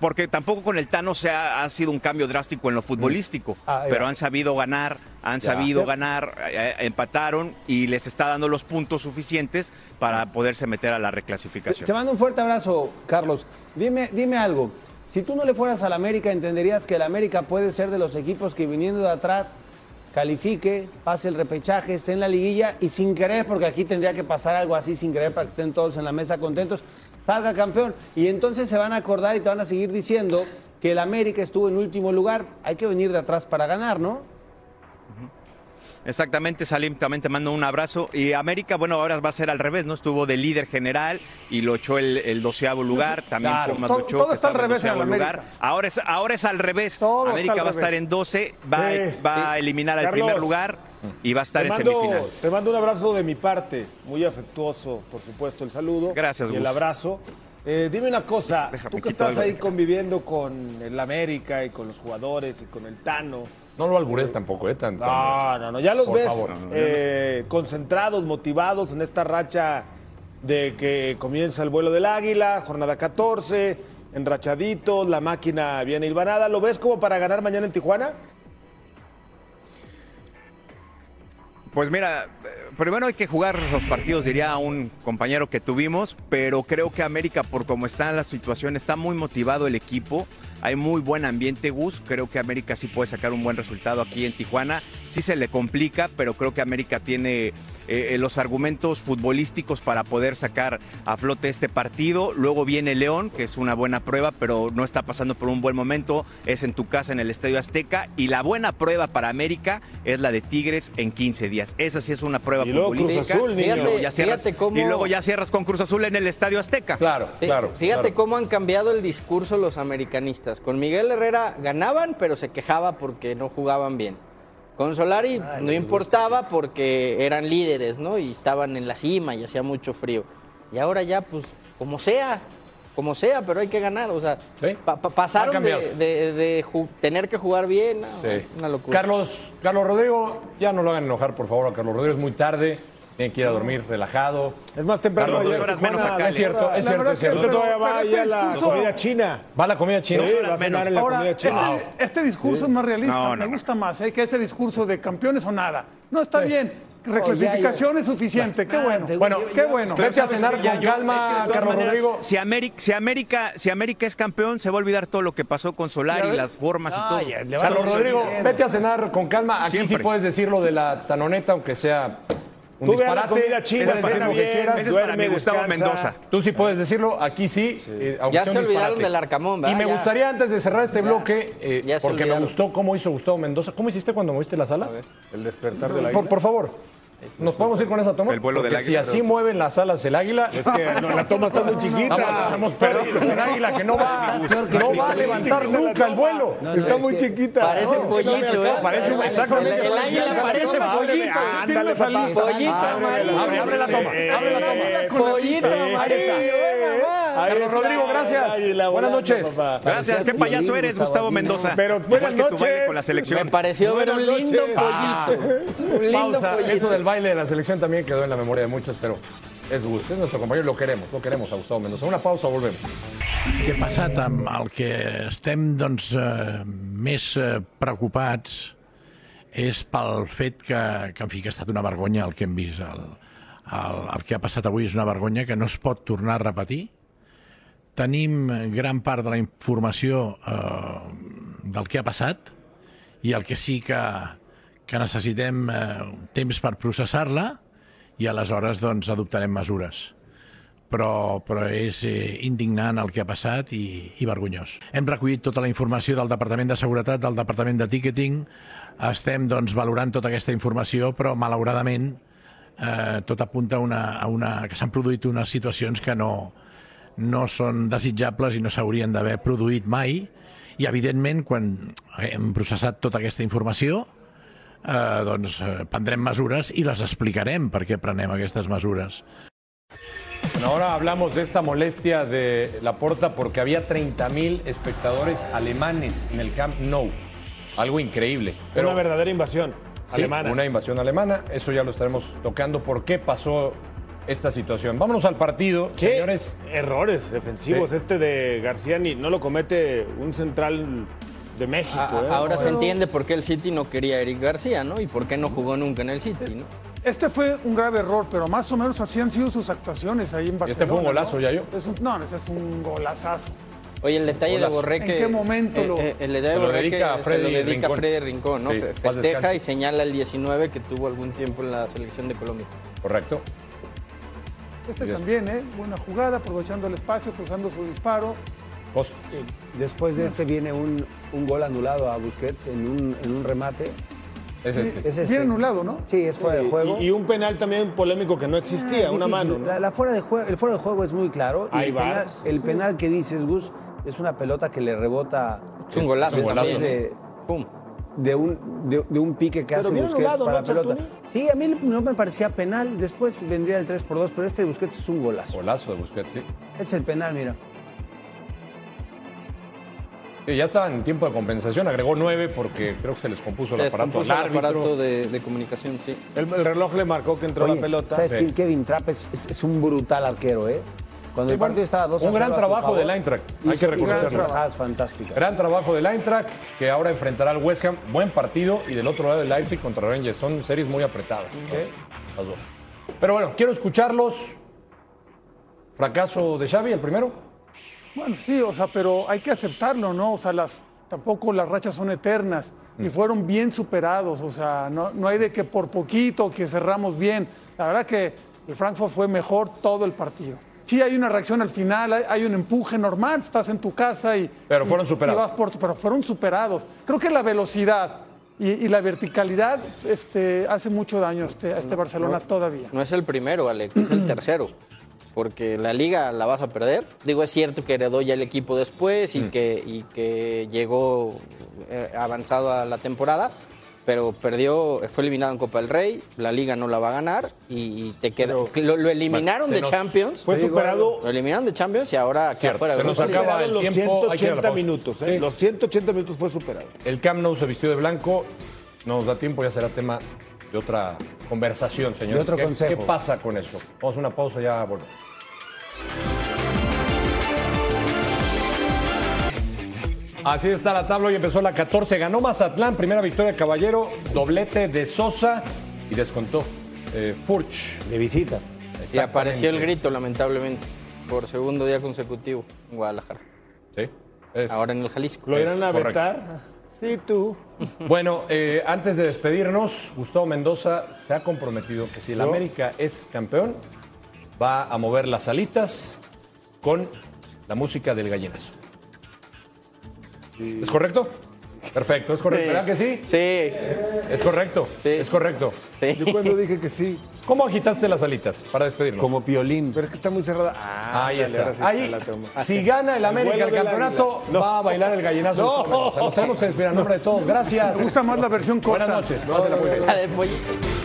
S17: porque tampoco con el Tano se ha, ha sido un cambio drástico en lo
S10: Mm.
S17: futbolístico,
S18: Ah, ahí
S17: pero
S18: va.
S17: han sabido ganar, han
S18: Ya.
S17: sabido
S18: Ya.
S17: ganar, eh, eh, empataron y les está dando los puntos suficientes para poderse meter a la reclasificación.
S13: Te mando un fuerte abrazo, Carlos. Dime, dime algo. Si tú no le fueras al América, ¿entenderías que el América puede ser de los equipos que viniendo de atrás califique, pase el repechaje, esté en la liguilla y sin querer, porque aquí tendría que pasar algo así sin querer para que estén todos en la mesa contentos, salga campeón? Y entonces se van a acordar y te van a seguir diciendo que el América estuvo en último lugar. Hay que venir de atrás para ganar, ¿no?
S17: Exactamente, Salim, también te mando un abrazo. Y América, bueno, ahora va a ser al revés, ¿no? Estuvo de líder general y lo echó el, el doceavo lugar. También
S14: Claro,
S17: Pumas
S14: todo-
S17: lo echó,
S14: todo
S17: que
S14: está al
S17: estaba en
S14: revés en
S17: doceavo
S14: la
S17: lugar.
S14: América.
S17: Ahora es, ahora es al revés.
S14: está
S17: América
S11: al
S17: va a estar
S11: revés.
S17: en 12, va, a-
S11: Sí.
S17: va a eliminar al
S11: Carlos,
S17: primer lugar y va a estar
S11: te
S17: en
S11: mando-
S17: semifinales.
S11: Te mando un abrazo de mi parte, muy afectuoso, por supuesto, el saludo.
S17: Gracias,
S11: Y el
S17: Gus.
S11: abrazo. Eh, dime una cosa, tú que
S17: quito
S11: estás
S17: algo
S11: ahí
S17: de acá.
S11: conviviendo con el América y con los jugadores y con el Tano.
S10: No lo albures tampoco, ¿eh? Tan-
S11: No, no, no, ya los
S10: Por
S11: ves
S10: favor. No, no, ya
S11: eh, concentrados, motivados en esta racha de que comienza el vuelo del águila, jornada 14, enrachaditos, la máquina bien hilvanada. ¿Lo ves como para ganar mañana en Tijuana?
S17: Pues mira, eh, primero hay que jugar los partidos, diría un compañero que tuvimos, pero creo que América, por cómo está la situación, está muy motivado el equipo. Hay muy buen ambiente, Gus. Creo que América sí puede sacar un buen resultado aquí en Tijuana. Sí se le complica, pero creo que América tiene eh, eh, los argumentos futbolísticos para poder sacar a flote este partido. Luego viene León, que es una buena prueba, pero no está pasando por un buen momento. Es en tu casa, en el Estadio Azteca. Y la buena prueba para América es la de Tigres en 15 días. Esa sí es una prueba
S11: Y luego Cruz
S17: futbolística.
S11: Azul, niño.
S17: y, luego ya
S11: Fíjate,
S17: cierras,
S11: fíjate cómo-
S17: y luego ya cierras con Cruz Azul en el Estadio Azteca.
S10: Claro,
S17: claro.
S12: Fíjate cómo han cambiado el discurso los americanistas. Con Miguel Herrera ganaban, pero se quejaba porque no jugaban bien. Con Solari
S11: Ah,
S12: no importaba porque eran líderes, ¿no? Y estaban en la cima y hacía mucho frío. Y ahora ya, pues, como sea, como sea, pero hay que ganar. O sea, pa- pa- pasaron
S10: cambiado.
S12: de, de- de ju- tener que jugar bien a
S10: Sí.
S12: una locura.
S10: Carlos, Carlos Rodrigo, ya no lo hagan enojar, por favor, a Carlos Rodrigo. Es muy tarde, tiene que ir a dormir relajado.
S11: Es más temprano
S10: Carlos,
S11: ayer,
S10: dos horas
S11: Tijuana,
S10: menos acá.
S11: la
S10: Es cierto,
S11: verdad-
S10: es
S11: la
S10: cierto,
S11: verdad
S10: es cierto.
S11: que el Todavía va ahí a la discurso- comida china.
S10: ¿Va a la comida china?
S11: Sí, va a cenar en la
S14: Ahora,
S11: comida china. Wow.
S14: Este, este discurso
S11: Sí.
S14: es más realista,
S11: No, no,
S14: me gusta más, ¿eh? que ese discurso de campeones o nada. No está bien, reclasificación es suficiente, qué bueno. Bueno, qué bueno.
S17: Pero ¿sabes qué? Ya yo- es que de todas maneras, Si América, si, América, si América es campeón, se va a olvidar todo lo que pasó con Solari,
S10: Ya-
S17: las formas y todo.
S10: Carlos Rodrigo, vete a cenar con calma. Aquí sí
S17: Siempre.
S10: puedes decir lo de la tanoneta, aunque sea un
S11: Tú ve a la
S10: disparate.
S11: comida china,
S10: Puedes decir
S11: cena
S10: lo que
S11: bien,
S10: quieras.
S11: ese es para Duerme, mi Gustavo descansa. Mendoza.
S10: Tú sí puedes decirlo, aquí sí. eh, aunque
S12: Ya
S10: sea
S12: se
S10: un
S12: olvidaron
S10: disparate.
S12: del Arcamón, ¿verdad?
S10: Y me
S12: Ya.
S10: gustaría, antes de cerrar
S12: Ya.
S10: este bloque, eh,
S12: Ya se
S10: porque me
S12: olvidaron.
S10: gustó cómo hizo Gustavo Mendoza. ¿Cómo hiciste cuando moviste las alas?
S11: El despertar
S10: Por- por, favor. ¿Nos podemos ir con esa toma?
S11: El vuelo del
S10: Porque si
S11: águila,
S10: así
S11: pero-
S10: mueven las alas el águila...
S11: Es que no, la toma está muy chiquita.
S10: Estamos, estamos perdidos. Un águila que no va, no va a levantar nunca el vuelo.
S11: No, no, Está es muy que chiquita. parece
S10: No,
S11: pollito,
S10: no, no,
S11: ¿eh?
S10: Parece un exactamente.
S11: El- el águila
S10: Ándale,
S11: parece
S10: papá.
S11: pollito.
S10: Ándale, papá.
S11: Pollito amarillo.
S10: Abre, abre la toma. Abre la
S11: Eh,
S10: toma.
S11: pollito
S10: Ahí está.
S11: amarillo, eh, mamá. Ahí está,
S10: Carlos Rodrigo, gracias.
S11: águila
S10: Buenas
S11: volando,
S10: noches.
S11: papá. Gracias, qué payaso eres, Gustavo Mendoza. Pero buenas
S10: Igual que tu baile
S11: noches.
S10: con la selección. Ah.
S11: Me pareció ver Buenas un lindo noches. pollito. Un lindo
S10: Pausa.
S11: pollito.
S10: Eso del baile de la selección también quedó en la memoria de muchos, pero es Gus, es nuestro compañero, lo queremos, lo queremos a Gustavo Mendoza. Una pausa, volvemos.
S18: Què ha passat amb el que estem doncs, eh, més eh, preocupats és pel fet que, que, en fi, que ha estat una vergonya el que hem vist. El, el, el que ha passat avui és una vergonya que no es pot tornar a repetir. Tenim gran part de la informació eh, del que ha passat i el que sí que, que necessitem eh, temps per processar-la i aleshores doncs, adoptarem mesures però, però és eh, indignant el que ha passat i, i vergonyós. Hem recollit tota la informació del Departament de Seguretat, del Departament de Ticketing, estem doncs, valorant tota aquesta informació, però malauradament eh, tot apunta a una, a una, que s'han produït unes situacions que no, no són desitjables i no s'haurien d'haver produït mai, i evidentment quan hem processat tota aquesta informació eh, doncs, eh, prendrem mesures i les explicarem per què prenem aquestes mesures.
S10: Bueno, ahora hablamos de esta molestia de la porta porque había 30.000 espectadores alemanes en el Camp Nou. Algo increíble.
S11: Una verdadera invasión
S10: Sí,
S11: alemana.
S10: Una invasión alemana, eso ya lo estaremos tocando. ¿Por qué pasó esta situación? Vámonos al partido, señores.
S11: Errores defensivos.
S10: Sí.
S11: Este de Garciani no lo comete un central de México.
S12: A-
S11: ¿eh?
S12: a- ahora se
S11: Bueno.
S12: entiende por qué el City no quería a Eric García, ¿no? Y por qué no jugó nunca en el City, ¿no?
S14: Este fue un grave error, pero más o menos así han sido sus actuaciones ahí en Barcelona.
S12: este fue un golazo,
S14: ¿no?
S12: ya yo.
S14: Es un- no, ese es un golazazo.
S12: Oye, el detalle
S14: Golazo.
S12: de Borré
S14: ¿En
S12: que...
S14: qué momento
S12: eh,
S14: lo-
S12: eh, el detalle
S10: Se
S12: de
S10: lo
S12: Borré
S10: dedica
S12: que
S10: a
S12: se lo
S10: Freddy
S12: dedica
S10: Rincón.
S12: a Freddy Rincón, ¿no?
S10: Sí,
S12: Fe-
S10: paz
S12: Festeja
S10: descanse.
S12: y señala el 19 que tuvo algún tiempo en la selección de Colombia.
S10: Correcto.
S14: Este
S10: Yes.
S14: también, ¿eh? Buena jugada, aprovechando el espacio, cruzando su disparo.
S13: Pues, eh, Después de este viene un, un gol anulado a Busquets en un, en un remate
S10: Es este.
S11: Es este.
S14: Bien anulado, ¿no?
S11: Sí, es
S14: fuera de
S13: juego.
S11: Y, y un penal también polémico que no existía,
S13: Ah,
S11: una
S13: difícil.
S11: mano. ¿no?
S13: La, la fuera de juego, el fuera de juego es muy claro. y
S11: Hay
S13: el, penal,
S11: VAR.
S13: el penal que dices, Gus, es una pelota que le rebota.
S12: Es un golazo
S13: después
S12: también, ¿eh?
S13: De, de un, de, de un pique que Pero hace bien Busquets anulado, para ¿no, la pelota. Chartuni? Sí, a mí no me parecía penal. Después vendría el 3 por 2 pero este de Busquets es un golazo.
S10: Golazo de Busquets, sí.
S13: Es el penal, mira.
S10: Sí, Ya estaba en tiempo de compensación, agregó nueve porque creo que se les compuso el
S12: Se
S10: aparato
S12: descompuso
S10: al
S12: el
S10: árbitro.
S12: aparato de, de comunicación, sí.
S11: El, reloj le marcó que
S12: entró la pelota.
S13: ¿Sabes
S12: Sí.
S13: quién? Kevin Trapp es, es- es un brutal arquero, ¿eh? Cuando
S10: Sí,
S13: el
S10: bueno,
S13: partido estaba 2
S10: un gran trabajo del Eintracht, hay que reconocerlo.
S13: trabajadas fantásticas.
S10: Gran trabajo del Eintracht, que ahora enfrentará al West Ham. Buen partido. Y del otro lado, el Leipzig contra Rangers. Son series muy apretadas. ¿no? Las dos. Pero bueno, quiero escucharlos. Fracaso de Xavi, el primero.
S14: Bueno, sí, o sea, pero hay que aceptarlo, ¿no? O sea, las, tampoco las rachas son eternas y
S10: Mm.
S14: fueron bien superados, o sea, no, no hay de que por poquito que cerramos bien. La verdad que el Frankfurt fue mejor todo el partido. Sí, hay una reacción al final, hay, hay un empuje normal, estás en tu casa y...
S10: Pero fueron
S14: y-
S10: superados.
S14: y vas por- pero fueron superados. Creo que la velocidad y, y la verticalidad este, hace mucho daño a este, a
S10: Mm.
S14: este Barcelona
S12: no.
S14: todavía.
S12: No es el primero, Alex, es el tercero. Porque la liga la vas a perder. Digo, es cierto que heredó ya el equipo después
S10: Mm.
S12: y, que, y que llegó eh, avanzado a la temporada, pero perdió, fue eliminado en Copa del Rey, la liga no la va a ganar y, y te queda. lo, lo eliminaron
S11: se
S12: de
S11: nos-
S12: Champions.
S11: fue
S12: Te digo
S11: superado-
S12: algo, Lo eliminaron de Champions y ahora queda
S10: Cierto,
S12: fuera de
S10: se nos
S12: Europa League.
S10: acaba el
S11: Los
S10: tiempo, hay que ir a la
S11: 180
S10: pausa.
S11: minutos, ¿eh?
S10: Sí.
S11: Los 180 minutos fue superado.
S10: El Camp Nou se vistió de blanco. No nos da tiempo, ya será tema de otra conversación, señor.
S13: De otro
S10: ¿Qué,
S13: consejo.
S10: ¿Qué pasa con eso? Vamos a una pausa, ya volvemos. Así está la tabla y empezó la 14. Ganó Mazatlán, primera victoria de Caballero, doblete de Sosa y descontó eh, Furch.
S13: De visita.
S12: Y apareció el grito, lamentablemente, por segundo día consecutivo en Guadalajara.
S10: Sí.
S12: Ahora en el Jalisco.
S10: Lo irán a Es correcto. vetar.
S11: Sí, tú.
S10: Bueno, eh, antes de despedirnos, Gustavo Mendoza se ha comprometido que si el
S11: Yo-
S10: América es campeón, va a mover las alitas con la música del gallinazo. ¿Es correcto? Perfecto, es correcto.
S12: Sí.
S10: ¿Verdad que sí? Sí. Es correcto. Es correcto.
S11: Yo cuando dije que sí.
S10: ¿Cómo agitaste las alitas para despedirnos?
S13: Como piolín.
S11: Pero es que está muy cerrada. Ah,
S10: Ahí
S11: ándale,
S10: está.
S11: ahora sí
S10: Ahí,
S11: la tomo.
S10: si gana el América
S11: vuelo
S10: el
S11: del
S10: campeonato,
S11: águila. No.
S10: va a bailar el gallinazo.
S11: No.
S10: de Torreón. O sea, nos tenemos que despedir a nombre de todos. Gracias.
S14: Me gusta más la versión corta.
S10: Buenas noches. Pásela muy bien.
S12: del pollito.